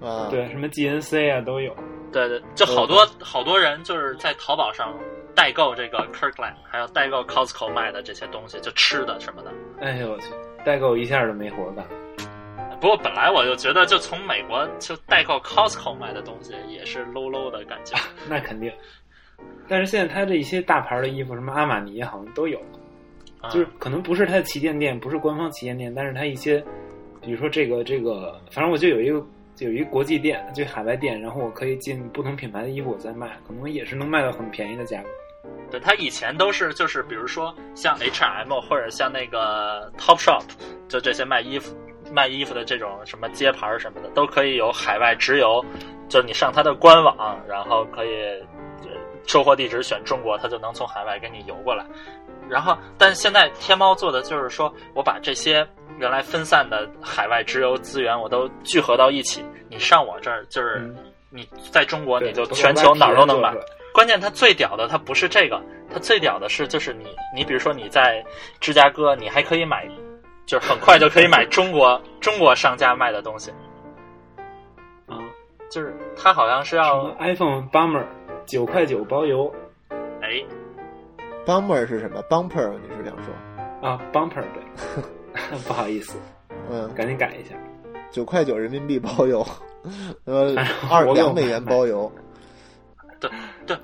Speaker 1: 啊，，
Speaker 2: 对，什么 GNC 啊都有。
Speaker 3: 对对，就好多
Speaker 2: 嗯
Speaker 3: 好多人就是在淘宝上代购这个 Kirkland，还有代购 Costco 卖的这些东西，就吃的什么的。
Speaker 2: 哎呦我去，代购一下就没活干。
Speaker 3: 不过本来我就觉得，就从美国就代购 Costco 卖的东西也是 low low 的感觉。
Speaker 2: 那肯定。但是现在它这一些大牌的衣服，什么阿玛尼好像都有，
Speaker 3: 啊
Speaker 2: <laughs> 就是可能不是它的旗舰店，不是官方旗舰店，但是它一些，比如说这个这个，反正我就有一个就有一个国际店，就海外店，然后我可以进不同品牌的衣服我再卖，可能也是能卖到很便宜的价格。
Speaker 3: 对，它以前都是就是比如说像 H&M 或者像那个 Topshop，就这些卖衣服卖衣服的这种什么街牌儿什么的，都可以有海外直邮，就是你上它的官网，然后可以呃收货地址选中国，它就能从海外给你邮过来。然后，但现在天猫做的就是说，我把这些原来分散的海外直邮资源，我都聚合到一起，你上我这儿就是
Speaker 2: 嗯，
Speaker 3: 你在中国
Speaker 2: 对
Speaker 3: 你就
Speaker 2: 都是
Speaker 3: 全球哪儿都能买
Speaker 2: 外地人做出来。
Speaker 3: 关键它最屌的，它不是这个，它最屌的是就是你，你比如说你在芝加哥，你还可以买，就是很快就可以买中国中国商家卖的东西，
Speaker 2: 啊，
Speaker 3: 就是它好像是
Speaker 2: 什
Speaker 3: 要
Speaker 2: 么 iPhone Bummer 九块九包邮
Speaker 3: 哎，
Speaker 1: Bumper 是什么？Bumper 你是想说？
Speaker 2: 啊，Bumper 对，
Speaker 3: <laughs>
Speaker 2: 不好意思，
Speaker 1: 嗯，
Speaker 2: 赶紧改一下。
Speaker 1: 九块九人民币包邮，呃
Speaker 2: 哎，
Speaker 1: 二
Speaker 2: 我给我
Speaker 1: 两美元包邮。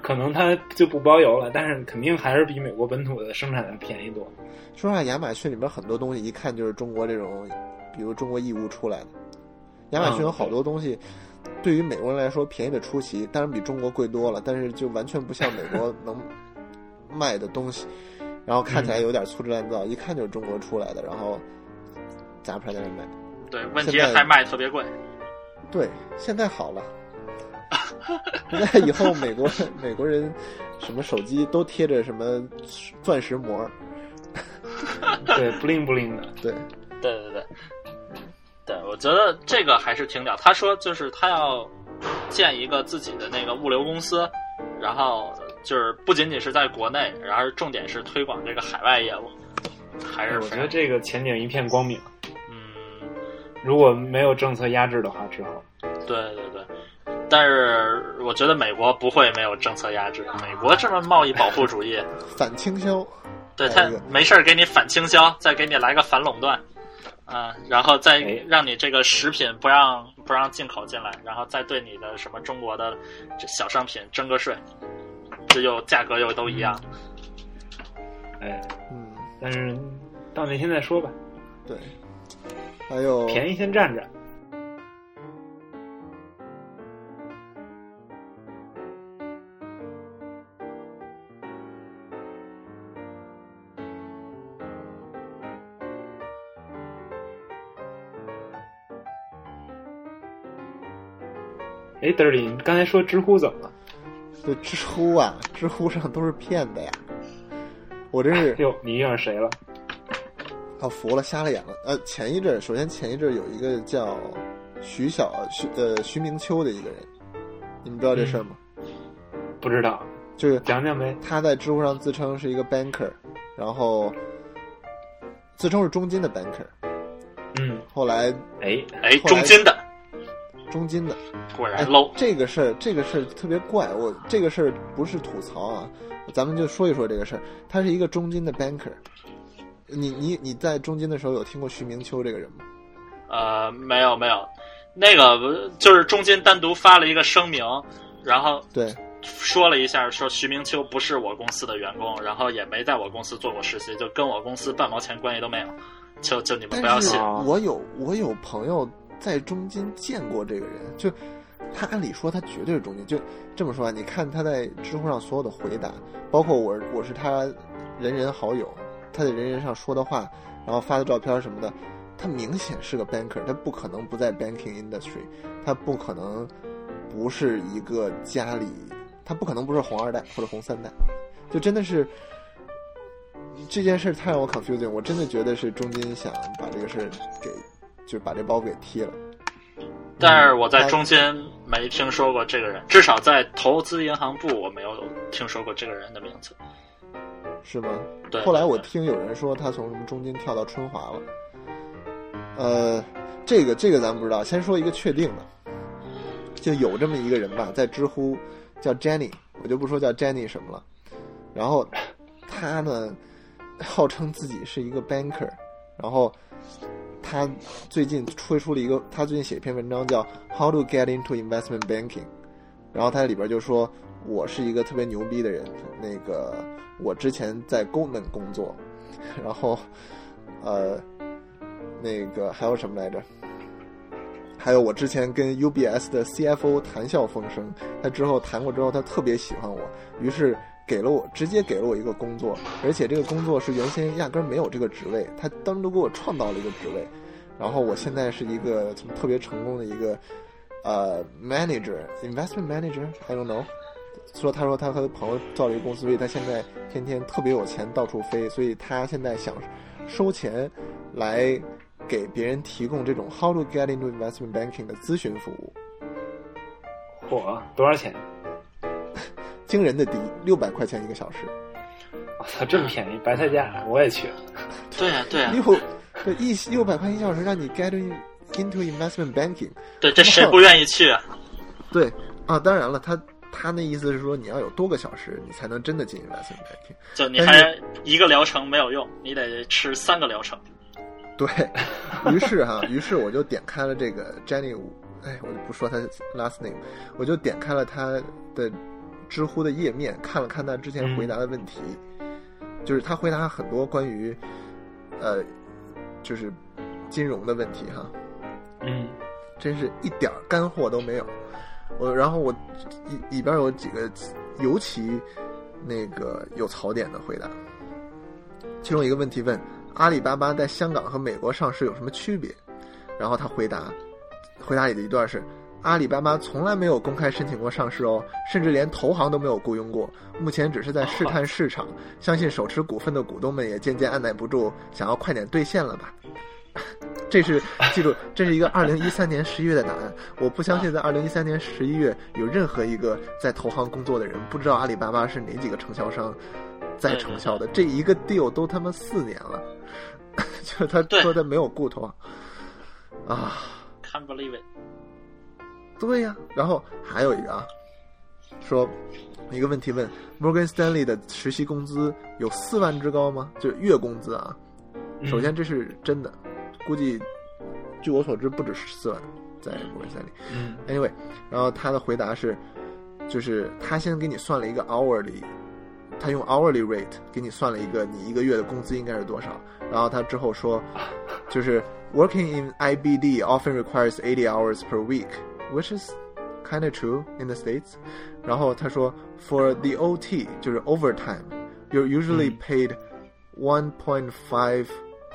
Speaker 2: 可能它就不包邮了，但是肯定还是比美国本土的生产的便宜多。
Speaker 1: 说实话，亚马逊里边很多东西一看就是中国这种，比如中国义乌出来的。亚马逊有好多东西，对于美国人来说便宜的出奇，当然比中国贵多了，但是就完全不像美国能卖的东西。然后看起来有点粗制滥造，一看就是中国出来的，然后砸出来在那卖。
Speaker 3: 对，问
Speaker 1: 现
Speaker 3: 题
Speaker 1: 在
Speaker 3: 还卖特别贵，
Speaker 1: 对，现在好了。那以后美国美国人什么手机都贴着什么钻石膜，
Speaker 2: 对，不灵不灵的。
Speaker 1: 对，
Speaker 3: 对对对，对我觉得这个还是挺屌。他说就是他要建一个自己的那个物流公司，然后就是不仅仅是在国内，然后重点是推广这个海外业务，还
Speaker 2: 哎
Speaker 3: 是
Speaker 2: 我
Speaker 3: 非
Speaker 2: 觉
Speaker 3: 常
Speaker 2: 得这个前景一片光明。
Speaker 3: 嗯。
Speaker 2: 如果没有政策压制的话，之后
Speaker 3: 对对对，但是我觉得美国不会没有政策压制，美国这么贸易保护
Speaker 1: <laughs>
Speaker 3: 主义，
Speaker 1: 反倾销。
Speaker 3: 对他
Speaker 1: 哎呦
Speaker 3: 没事儿给你反倾销，再给你来个反垄断，啊、然后再
Speaker 2: 哎
Speaker 3: 让你这个食品不让不让进口进来，然后再对你的什么中国的这小商品征个税，这又价格又都一样。
Speaker 2: 哎，
Speaker 1: 嗯，
Speaker 2: 但是到那天再说吧，
Speaker 1: 对。还有
Speaker 3: 哦
Speaker 2: 便宜先占着。哎，德里，你刚才说知乎怎么了？
Speaker 1: 对知乎啊，知乎上都是骗的呀！我真是
Speaker 2: 哟，你遇上谁了？
Speaker 1: 啊服了，瞎了眼了。呃，前一阵儿，首先前一阵儿有一个叫徐小徐呃徐明秋的一个人，你们知道这事儿吗？
Speaker 2: 嗯不知道，
Speaker 1: 就是
Speaker 2: 讲讲呗。
Speaker 1: 他在知乎上自称是一个 banker，然后自称是中金的 banker，
Speaker 2: 嗯，
Speaker 1: 后来
Speaker 2: 哎，
Speaker 3: 哎，
Speaker 1: 嗯后来
Speaker 3: 中金的
Speaker 1: 中金的
Speaker 3: 果然
Speaker 1: 哎
Speaker 3: low，、
Speaker 1: 这个事儿，这个事儿特别怪。我这个事儿不是吐槽啊，咱们就说一说这个事儿。他是一个中金的 banker。你你你在中金的时候有听过徐明秋这个人吗？
Speaker 3: 呃，没有没有，那个不就是中金单独发了一个声明，然后
Speaker 1: 对，
Speaker 3: 说了一下，说徐明秋不是我公司的员工，然后也没在我公司做过实习，就跟我公司半毛钱关系都没有。就就你们不要
Speaker 1: 但是
Speaker 3: 信，
Speaker 2: 啊
Speaker 1: 我有我有朋友在中金见过这个人，就他按理说他绝对是中金。就这么说啊，你看他在知乎上所有的回答，包括我我是他人人好友，他在人人上说的话，然后发的照片什么的，他明显是个 banker，他不可能不在 banking industry，他不可能不是一个家里，他不可能不是红二代或者红三代，就真的是这件事太让我 confusing，我真的觉得是中金想把这个事儿给，就把这包给踢了。
Speaker 3: 但是
Speaker 1: 嗯
Speaker 3: 我在中间没听说过这个人，至少在投资银行部我没有听说过这个人的名字。
Speaker 1: 是吗？
Speaker 3: 对，
Speaker 1: 后来我
Speaker 3: 对
Speaker 1: 听有人说他从什么中金跳到春华了，呃，这个这个咱不知道，先说一个确定的，就有这么一个人吧，在知乎叫 Jenny，我就不说叫 Jenny 什么了，然后他呢号称自己是一个 banker，然后他最近推出了一个，他最近写一篇文章叫《How to Get into Investment Banking》，然后他里边就说我是一个特别牛逼的人，那个我之前在 Goldman 工作，然后呃，那个还有什么来着？还有我之前跟 UBS 的 CFO 谈笑风生，他之后谈过之后，他特别喜欢我，于是给了我直接给了我一个工作，而且这个工作是原先压根儿没有这个职位，他单独给我创造了一个职位，然后我现在是一个特别成功的一个呃 manager investment manager I don't know。说他说他和朋友造了一个公司，所以他现在天天特别有钱，到处飞，所以他现在想收钱来给别人提供这种 how to get into investment banking 的咨询服务，
Speaker 2: 嚯，多少钱？ <laughs>
Speaker 1: 惊人的低，六百块钱一个小时，
Speaker 2: 我操，这么便宜，白菜价，我也去。
Speaker 3: 对呀、对呀、啊
Speaker 1: 六对一六百块钱一小时让你 get in- into investment banking，
Speaker 3: 对，
Speaker 1: <laughs>
Speaker 3: 这谁不愿意去啊？
Speaker 1: 对啊，当然了，他他那意思是说你要有多个小时，你才能真的进 investment banking。
Speaker 3: 就你
Speaker 1: 但
Speaker 3: 还
Speaker 1: 是
Speaker 3: 一个疗程没有用，你得吃三个疗程。
Speaker 1: 对于是哈、于是我就点开了这个 Jenny，Wu，哎，我就不说她 last name，我就点开了她的知乎的页面，看了看她之前回答的问题，就是她回答很多关于呃，就是金融的问题哈、
Speaker 2: 嗯，
Speaker 1: 真是一点儿干货都没有。我然后我里里边有几个尤其那个有槽点的回答，其中一个问题问阿里巴巴在香港和美国上市有什么区别，然后他回答回答里的一段是。阿里巴巴从来没有公开申请过上市哦，甚至连投行都没有雇佣过。目前只是在试探市场，相信手持股份的股东们也渐渐按耐不住，想要快点兑现了吧。 <laughs> 这是记住，这是一个二零一三年十一月的答案。我不相信在二零一三年十一月有任何一个在投行工作的人不知道阿里巴巴是哪几个承销商在承销的。这一个 deal 都他妈四年了， <laughs> 就是他
Speaker 3: 对
Speaker 1: 说他没有固投啊，
Speaker 3: Can't believe it！
Speaker 1: 对呀、然后还有一个啊，说一个问题问摩根 l e y 的实习工资有四万之高吗？就是月工资啊。
Speaker 2: 嗯
Speaker 1: 首先这是真的，估计据我所知不止四万，在摩根 l e y
Speaker 2: 嗯
Speaker 1: Anyway，然后他的回答是，就是他先给你算了一个 hourly，他用 hourly rate 给你算了一个你一个月的工资应该是多少，然后他之后说，就是 working in IBD often requires 80 hours per week, which is kind of true in the states。然后他说 for the OT 就是 overtime, you're usually paid 1.5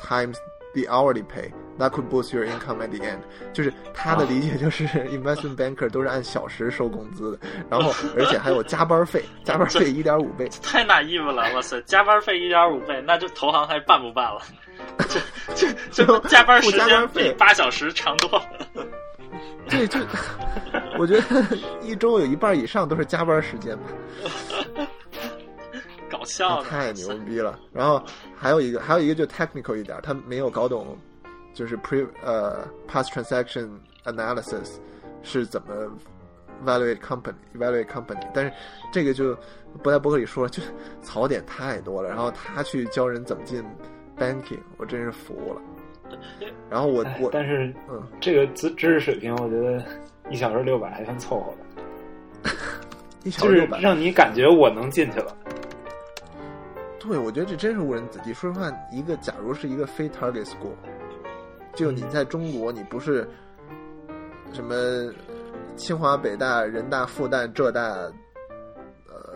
Speaker 1: times the hourly pay. That could boost your income at the end。就是他的理解就是 <laughs> investment banker 都是按小时收工资的，然后而且还有加班费，加班费一点五倍。
Speaker 3: 太 naive 了，哇塞！ <laughs> 加班费一点五倍，那这投行还办不办了？ <laughs> 这这这加班时
Speaker 1: 不加
Speaker 3: 间
Speaker 1: 班
Speaker 3: 比
Speaker 1: 费
Speaker 3: 八小时长多了。
Speaker 1: 对，就 <laughs> 我觉得一周有一半以上都是加班时间吧。
Speaker 3: 搞笑呢！
Speaker 1: 太牛逼了。然后还有一个，还有一个就 technical 一点，他没有搞懂，就是 pre 呃 past transaction analysis 是怎么 evaluate company evaluate company，但是这个就不在博客里说了，就是槽点太多了。然后他去教人怎么进 banking，我真是服了。然后我
Speaker 2: 哎
Speaker 1: 我
Speaker 2: 但是
Speaker 1: 嗯，
Speaker 2: 这个知知识水平，我觉得一小时六百还算凑合的，
Speaker 1: 一小
Speaker 2: 就
Speaker 1: 时
Speaker 2: 是
Speaker 1: 六百，
Speaker 2: 让你感觉我能进去了。
Speaker 1: 对，我觉得这真是误人子弟。说实话，一个假如是一个非 target school，就
Speaker 2: 嗯
Speaker 1: 你在中国，你不是什么清华、北大、人大、复旦、浙大，呃，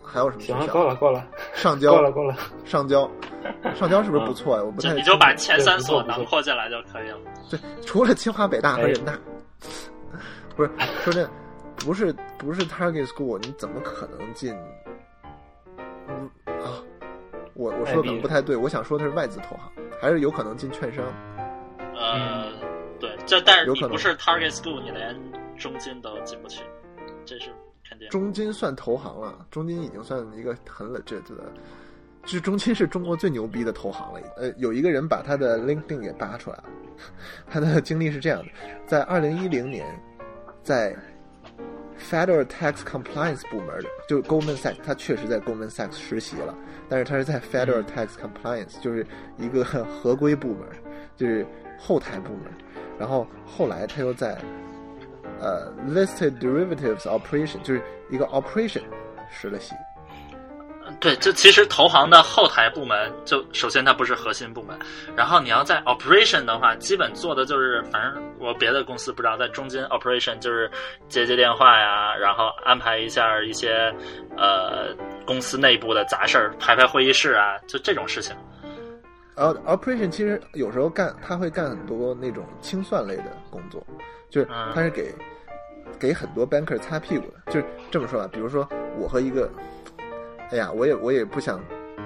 Speaker 1: 还有什么学
Speaker 2: 行了，够
Speaker 1: 校？
Speaker 2: 了，够了，
Speaker 1: 上
Speaker 2: 够了，嗯
Speaker 1: 交，
Speaker 2: 够了。
Speaker 1: 上交，上交是不是不错呀？我不
Speaker 3: 就
Speaker 1: 太
Speaker 3: 你就把前
Speaker 2: 对
Speaker 3: 三
Speaker 2: 不
Speaker 3: 所
Speaker 2: 错不错
Speaker 3: 囊括进来就可以了。
Speaker 1: 对，除了清华、北大和人大，不是说这不是不是 target school，你怎么可能进？嗯啊，我我说的可
Speaker 2: 外
Speaker 1: 能
Speaker 2: 币
Speaker 1: 不太对，我想说的是外资投行，还是有可能进券商。
Speaker 3: 呃，对，这但是
Speaker 1: 嗯有
Speaker 3: 你
Speaker 1: 可能
Speaker 3: 不是 Target School，你连中金都进不去，这是肯定。
Speaker 1: 中金算投行了，中金已经算一个很 legit 的，就是中金是中国最牛逼的投行了。呃，有一个人把他的 LinkedIn 给扒出来了， <laughs> 他的经历是这样的：在二零一零年，在 Federal Tax Compliance 部门，就是 Goldman Sachs，他确实在 Goldman Sachs 实习了，但是他是在 Federal Tax Compliance，就是一个合规部门，就是后台部门。然后后来他又在呃 listed derivatives operation，就是一个 operation 实了习。
Speaker 3: 对，就其实投行的后台部门，就首先它不是核心部门，然后你要在 operation 的话，基本做的就是，反正我别的公司不知道，在中间 operation 就是接接电话呀，然后安排一下一些呃公司内部的杂事儿，排排会议室啊，就这种事情。
Speaker 1: 然后呃 operation 其实有时候干，他会干很多那种清算类的工作，就是
Speaker 2: 啊
Speaker 3: 嗯
Speaker 1: 他是给、给很多 banker 擦屁股的。就是这么说吧，比如说我和一个，哎呀，我也我也不想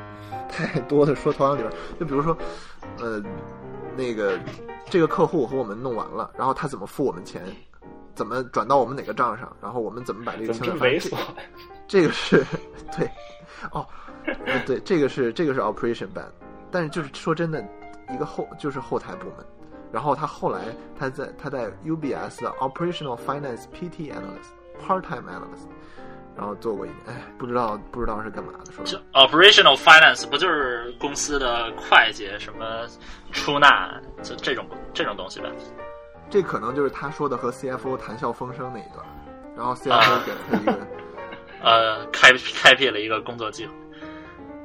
Speaker 1: <laughs> 太多的说投行里边儿，就比如说，呃，那个这个客户和我们弄完了，然后他怎么付我们钱，怎么转到我们哪个账上，然后我们怎么把这个
Speaker 2: 怎么
Speaker 1: 清
Speaker 2: 这
Speaker 1: 算
Speaker 2: 么
Speaker 1: 方
Speaker 2: 猥
Speaker 1: 式
Speaker 2: <laughs> 琐？
Speaker 1: 这个是对，哦，呃对，这个是这个是 operation 班，但是就是说真的，一个后就是后台部门，然后他后来他在他在 UBS 的 operational finance PT analyst part time analyst，然后做过一年，哎，不知道不知道是干嘛的，说
Speaker 3: 就
Speaker 1: 实话
Speaker 3: operational finance 不就是公司的会计什么出纳，就这种这种东西呗。
Speaker 1: 这可能就是他说的和 CFO 谈笑风生那一段，然后
Speaker 3: 啊
Speaker 1: CFO 给了他一
Speaker 2: <laughs>
Speaker 1: 个。
Speaker 3: 呃，开开辟了一个工作机会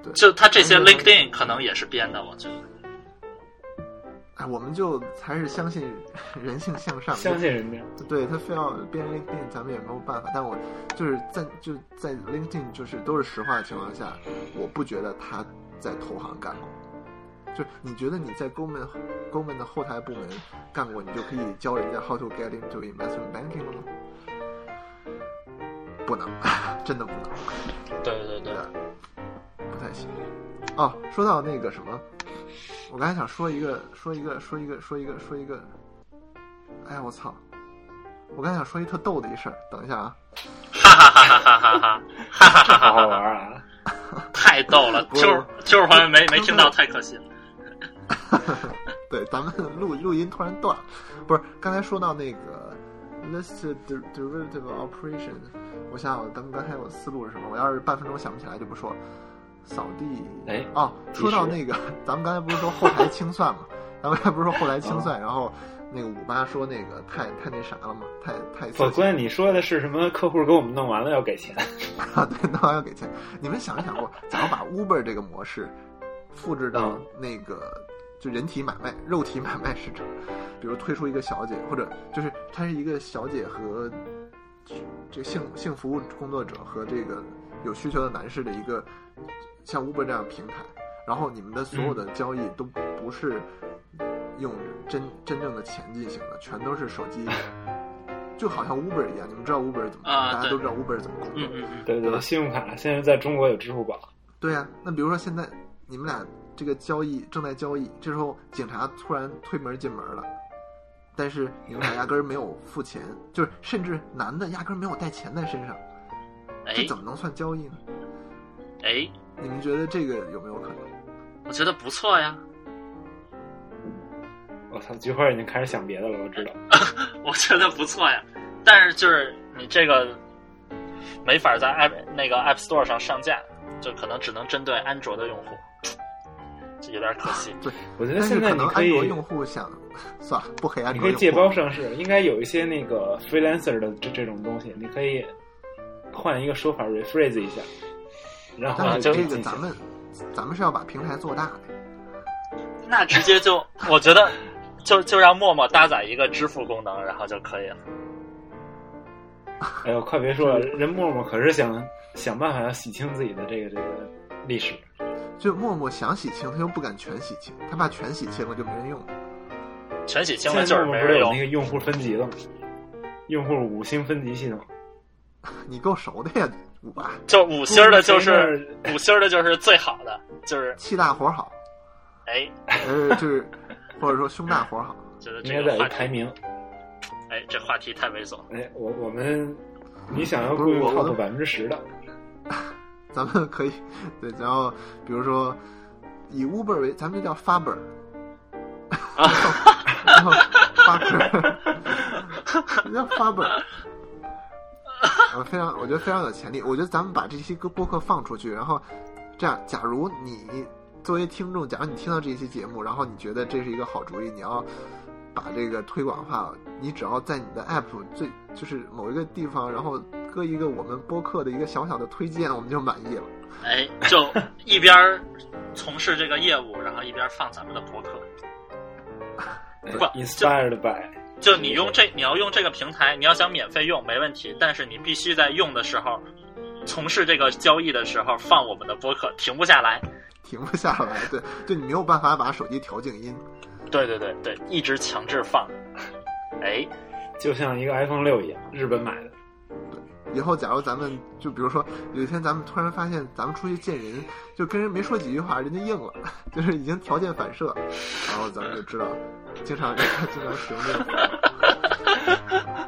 Speaker 1: 对。
Speaker 3: 就他这些
Speaker 1: 但是呢
Speaker 3: LinkedIn 可能也是编的，我觉得。
Speaker 1: 哎，我们就还是相信人性向上，
Speaker 2: 相信人家，
Speaker 1: 对他非要编 LinkedIn，咱们也没有办法。但我就是在就在 LinkedIn 就是都是实话的情况下，我不觉得他在投行干过。就是你觉得你在 Goldman Goldman 的后台部门干过，你就可以教人家 how to get into investment banking 了吗？不能， <laughs> 真的不能。
Speaker 3: 对对对，
Speaker 1: 不太行。哦，说到那个什么，我刚才想说一个，说一个，说一个，说一个，说一个。哎呀，我操！我刚才想说一特逗的一事儿，等一下啊，
Speaker 3: 哈哈哈哈哈哈 <laughs> 哈哈
Speaker 2: 好
Speaker 3: 哈哈哈
Speaker 2: 好
Speaker 3: 哈
Speaker 2: 玩
Speaker 3: 哈！
Speaker 2: 儿
Speaker 1: <laughs>
Speaker 2: 啊！
Speaker 3: 太逗了，
Speaker 1: 不
Speaker 3: 就是就是好像没没听到，太可惜了。
Speaker 1: 对，咱们 <laughs> 录录音突然断了，不是刚才说到那个 listed der- derivative operation，我想想，咱们刚才我思路是什么？我要是半分钟想不起来就不说了。扫地，
Speaker 2: 哎
Speaker 1: 哦，
Speaker 2: 计
Speaker 1: 说到
Speaker 2: 时
Speaker 1: 那个，咱们刚才不是说后台清算吗？ <laughs> 咱们刚才不是说后台清算，然后那个五八说那个太太那啥了嘛，太太色
Speaker 2: 不，
Speaker 1: 情
Speaker 2: 关键你说的是什么？客户给我们弄完了要给钱， <laughs>
Speaker 1: 啊，对，那还要给钱。你们想没 <laughs> 想过，假如把 Uber 这个模式复制到
Speaker 2: 嗯
Speaker 1: 那个就人体买卖、肉体买卖市场，比如推出一个小姐，或者就是它是一个小姐和这性性服务工作者和这个有需求的男士的一个像 Uber 这样的平台，然后你们的所有
Speaker 3: 嗯
Speaker 1: 的交易都不是用真真正的钱进行的，全都是手机。就好像 Uber 一样，你们知道 Uber 怎么，
Speaker 3: 啊
Speaker 1: 大家
Speaker 3: 对
Speaker 1: 都知道 Uber 怎么工作
Speaker 3: 嗯，嗯嗯，
Speaker 2: 对对，对信用卡现在在中国有支付宝，
Speaker 1: 对呀、啊那比如说现在你们俩这个交易正在交易，这时候警察突然推门进门了，但是你们俩压根儿没有付钱，就是甚至男的压根儿没有带钱在身上，这
Speaker 3: 哎
Speaker 1: 怎么能算交易呢？
Speaker 3: 哎，
Speaker 1: 你们觉得这个有没有可能？
Speaker 3: 我觉得不错呀。
Speaker 2: 我操，菊花已经开始想别的了，我知道。
Speaker 3: 我觉得不错呀。但是就是你这个没法在 App 那个 App Store 上上架，就可能只能针对安卓的用户，这有点可惜。
Speaker 2: 我觉得
Speaker 1: 但是
Speaker 2: 现在
Speaker 1: 可
Speaker 2: 你
Speaker 1: 能
Speaker 2: 可
Speaker 1: 安
Speaker 2: 以
Speaker 1: 卓用户想， <laughs> 算了，不黑安
Speaker 2: 你
Speaker 1: 卓用
Speaker 2: 可以
Speaker 1: 户。
Speaker 2: 借包上市，应该有一些那个 freelancer 的这这种东西，你可以换一个说法 rephrase 一下，然后
Speaker 1: 但
Speaker 2: 就是可
Speaker 1: 这
Speaker 2: 以
Speaker 1: 个
Speaker 2: 进
Speaker 1: 咱
Speaker 2: 行。
Speaker 1: 们咱们是要把平台做大的，
Speaker 3: <laughs> 那直接就，我觉得就就让陌陌搭载一个支付功能，然后就可以了。
Speaker 2: 哎呦，快别说了，人默默可是想想办法要洗清自己的这个这个历史。
Speaker 1: 就陌陌想洗清，他又不敢全洗清，他怕全洗清了就没人用了。
Speaker 3: 全洗清
Speaker 2: 现
Speaker 3: 了就
Speaker 2: 在
Speaker 3: 是
Speaker 2: 陌陌
Speaker 3: 没
Speaker 2: 不是
Speaker 3: 人
Speaker 2: 有那
Speaker 3: 用，
Speaker 2: 个用户分级了吗？用户五星分级系统，
Speaker 1: 你够熟的呀，五啊吧，
Speaker 3: 就五星儿的就
Speaker 2: 中
Speaker 3: 是五星儿的就是最好的，就是
Speaker 1: 气大活好，
Speaker 3: 哎，
Speaker 1: 呃，就是或者说胸大活好。
Speaker 3: 就是
Speaker 2: 应
Speaker 3: 这
Speaker 2: 该
Speaker 3: 个
Speaker 2: 在
Speaker 3: 话
Speaker 2: 于排
Speaker 3: 题，
Speaker 2: 名。
Speaker 3: 哎，这话题太猥琐了。
Speaker 2: 哎，我我们，你想要
Speaker 1: 不是
Speaker 2: 雇佣
Speaker 1: 我
Speaker 2: top 百分之十的，
Speaker 1: 咱们可以对，然后比如说以 Uber 为，咱们就叫 Faber，然后 Faber，叫 Faber。呃，非常，我觉得非常有潜力。我觉得咱们把这期播客放出去，然后这样，假如你作为听众，假如你听到这一期节目，然后你觉得这是一个好主意，你要把这个推广的话，你只要在你的 app 最就是某一个地方，然后搁一个我们播客的一个小小的推荐，我们就满意了。
Speaker 3: 哎，就一边儿从事这个业务，然后一边儿放咱们的博客。
Speaker 2: 哎
Speaker 3: 不
Speaker 2: inspired by，
Speaker 3: 就你用这，你要用这个平台，你要想免费用没问题，但是你必须在用的时候，从事这个交易的时候放我们的播客，停不下来。
Speaker 1: 停不下来，对，就你没有办法把手机调静音。
Speaker 3: 对对对对，一直强制放。哎，
Speaker 2: 就像一个 iPhone 六一样，日本买的。
Speaker 1: 以后假如咱们就比如说有一天咱们突然发现咱们出去见人，就跟人没说几句话，人家应了， <laughs> 就是已经条件反射， <laughs> 然后咱们就知道，经常经常使用这个。